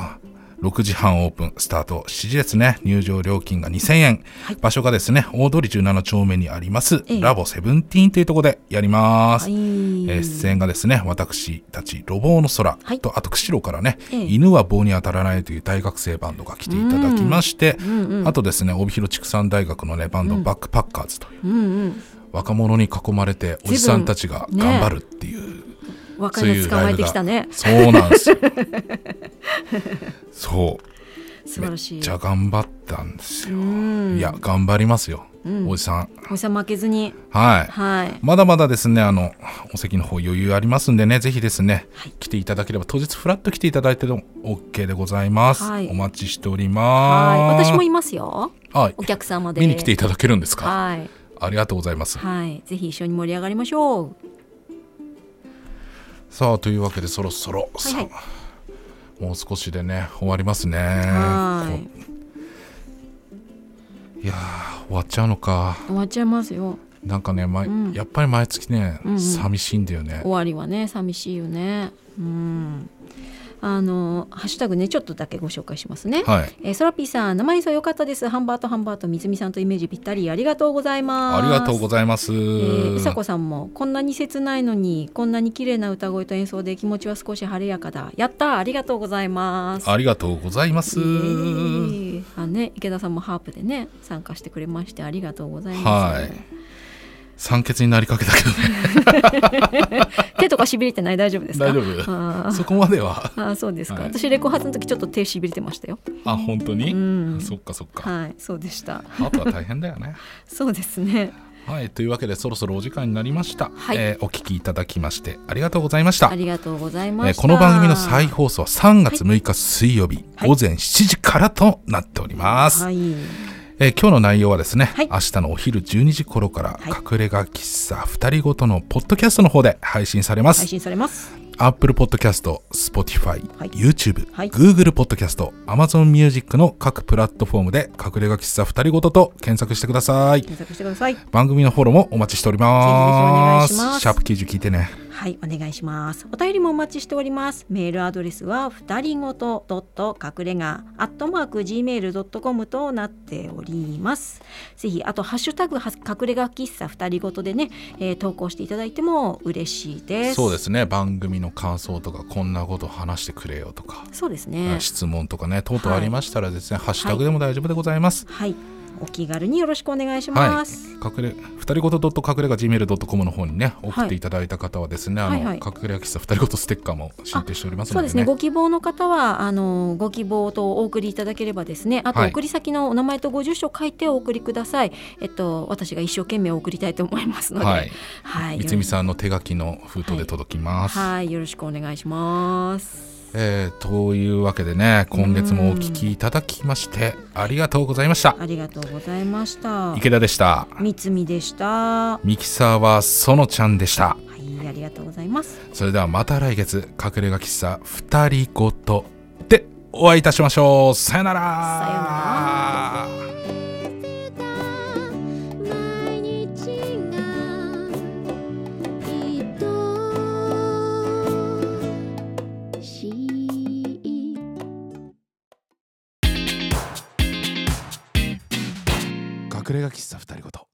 Speaker 2: 6時半オープンスタート7時ですね入場料金が2000円、場所がですね大通り17丁目にあります、
Speaker 4: ええ
Speaker 2: ラボセブンティーンというところでやります、
Speaker 4: はい
Speaker 2: えー出演がですね私たち「ロボの空」
Speaker 4: はい
Speaker 2: とあと釧路からね、
Speaker 4: ええ
Speaker 2: 犬は棒に当たらない」という大学生バンドが来ていただきまして、あとですね帯広畜産大学のねバンド、バックパッカーズという、若者に囲まれておじさんたちが頑張るっていう、
Speaker 4: 若
Speaker 2: そう
Speaker 4: い
Speaker 2: い
Speaker 4: の
Speaker 2: う
Speaker 4: 捕
Speaker 2: ラ
Speaker 4: ま
Speaker 2: イブ
Speaker 4: えて
Speaker 2: が
Speaker 4: きたね
Speaker 2: そう なんですよそう
Speaker 4: 素晴らし
Speaker 2: め
Speaker 4: い
Speaker 2: っちゃ頑張ったんですよ、
Speaker 4: ん
Speaker 2: いや頑張りますよ、おじさん
Speaker 4: おじさん負けずに
Speaker 2: はい
Speaker 4: はい
Speaker 2: まだまだですね、あの、お席の方余裕ありますんでね、ぜひですね、来ていただければ、当日フラッと来ていただいても OK でございます。
Speaker 4: はい
Speaker 2: お待ちしており
Speaker 4: は
Speaker 2: ま
Speaker 4: い
Speaker 2: す。
Speaker 4: 私もいますよ
Speaker 2: はい
Speaker 4: お客様で
Speaker 2: 見に来ていただけるんですか
Speaker 4: はい
Speaker 2: ありがとうございます。
Speaker 4: はいぜひ一緒に盛り上がりましょう
Speaker 2: さあ、というわけでそろそろ、
Speaker 4: はいはい
Speaker 2: さあもう少しでね、終わりますね。
Speaker 4: はい
Speaker 2: こういやー、終わっちゃうのか。
Speaker 4: 終わっちゃいますよ
Speaker 2: なんかね、ま
Speaker 4: ん
Speaker 2: やっぱり毎月ね、
Speaker 4: んうん
Speaker 2: 寂しいんだよね
Speaker 4: 終。わりはね寂しいよねうんあのハッシュタグねちょっとだけご紹介しますね
Speaker 2: はい。
Speaker 4: えー、ソラピーさん生演奏良かったですハンバートハンバートみずみさんとイメージぴったりありがとうございま
Speaker 2: あ
Speaker 4: す
Speaker 2: りがとうご
Speaker 4: ざい
Speaker 2: ざいます。
Speaker 4: えーうさこさんもこんなに切ないのにこんなに綺麗な歌声と演奏で気持ちは少し晴れやかだやったーありがとうございます
Speaker 2: ありがとうございます。
Speaker 4: イエーイあね池田さんもハープでね参加してくれましてありがとうございます、
Speaker 2: はい酸欠になりかけたけどね
Speaker 4: 手とかしびれてない大丈夫ですか
Speaker 2: 大丈
Speaker 4: あ
Speaker 2: 夫
Speaker 4: ー
Speaker 2: そこまでは
Speaker 4: あーそうですか、
Speaker 2: はい
Speaker 4: 私レコ発の時ちょっと手しびれてましたよ
Speaker 2: あ本当に、
Speaker 4: うん
Speaker 2: そっかそっか、
Speaker 4: はいそうでした
Speaker 2: あとは大変だよね
Speaker 4: そうですね
Speaker 2: はいというわけでそろそろお時間になりました、
Speaker 4: はい
Speaker 2: えーお聞きいただきましてありがとうございました
Speaker 4: ありがとうございま
Speaker 2: え
Speaker 4: し
Speaker 2: ー
Speaker 4: た、
Speaker 2: この番組の再放送は3月6日水曜日、
Speaker 4: はい
Speaker 2: 午前7時からとなっております、
Speaker 4: はい
Speaker 2: えー今日の内容はですね、
Speaker 4: はい
Speaker 2: 明日のお昼12時頃から、
Speaker 4: はい
Speaker 2: 隠れ家喫茶2人ごとのポッドキャストの方で配信されます
Speaker 4: 配信されます。
Speaker 2: Apple Podcast、Spotify、
Speaker 4: はい
Speaker 2: YouTube、
Speaker 4: はい
Speaker 2: Google Podcast、Amazon Music の各プラットフォームで隠れ家喫茶二人ごとと検索してください。
Speaker 4: 検索してください。
Speaker 2: 番組のフォローもお待ちしております。
Speaker 4: ぜひぜひお願いします
Speaker 2: シャープ90聞いてね。
Speaker 4: はい、お願いします。お便りもお待ちしております。メールアドレスは二人ごとドット隠れがアットマーク gmail ドットコムとなっております。ぜひあとハッシュタグは隠れ家喫茶二人ごとでね、えー投稿していただいても嬉しいです。。
Speaker 2: そうですすね。番組の感想とか、こんなこと話してくれよとか、
Speaker 4: そうですね。
Speaker 2: 質問とかね、とうとうありましたらですね、ハッシュタグでも大丈夫でございます。
Speaker 4: はい、お気軽によろしくお願いし
Speaker 2: は
Speaker 4: ま
Speaker 2: い
Speaker 4: す。、
Speaker 2: 隠れ二人ごと.隠れが gmail.com の方にね送っ
Speaker 4: はい
Speaker 2: ていただいた方はですね、
Speaker 4: はい
Speaker 2: あの
Speaker 4: はい
Speaker 2: 隠れ家喫茶二人ごとステッカーも進呈しております
Speaker 4: そ
Speaker 2: の
Speaker 4: う
Speaker 2: で
Speaker 4: ですねご希望の方はあのご希望とお送りいただければですねあと
Speaker 2: はい
Speaker 4: 送り先のお名前とご住所を書いてお送りください、えっと私が一生懸命送りたいと思いますので
Speaker 2: はい
Speaker 4: はい
Speaker 2: 三つみさんの手書きの封筒で届きます。
Speaker 4: はいよろしくお願いします
Speaker 2: えーというわけでね今月もお聞きいただきましてありがとうございました。
Speaker 4: ありがとうございました
Speaker 2: 池田でした。
Speaker 4: 三つみでしたは
Speaker 2: ミキサーはそのちゃんでした。
Speaker 4: いありがとうございます
Speaker 2: それではまた来月隠れ家喫茶二人ごとでお会いいたしましょう。さよなら。
Speaker 4: さよな
Speaker 2: ら。
Speaker 7: 毎日がきっとしい
Speaker 2: 隠れ家喫茶二人ごと。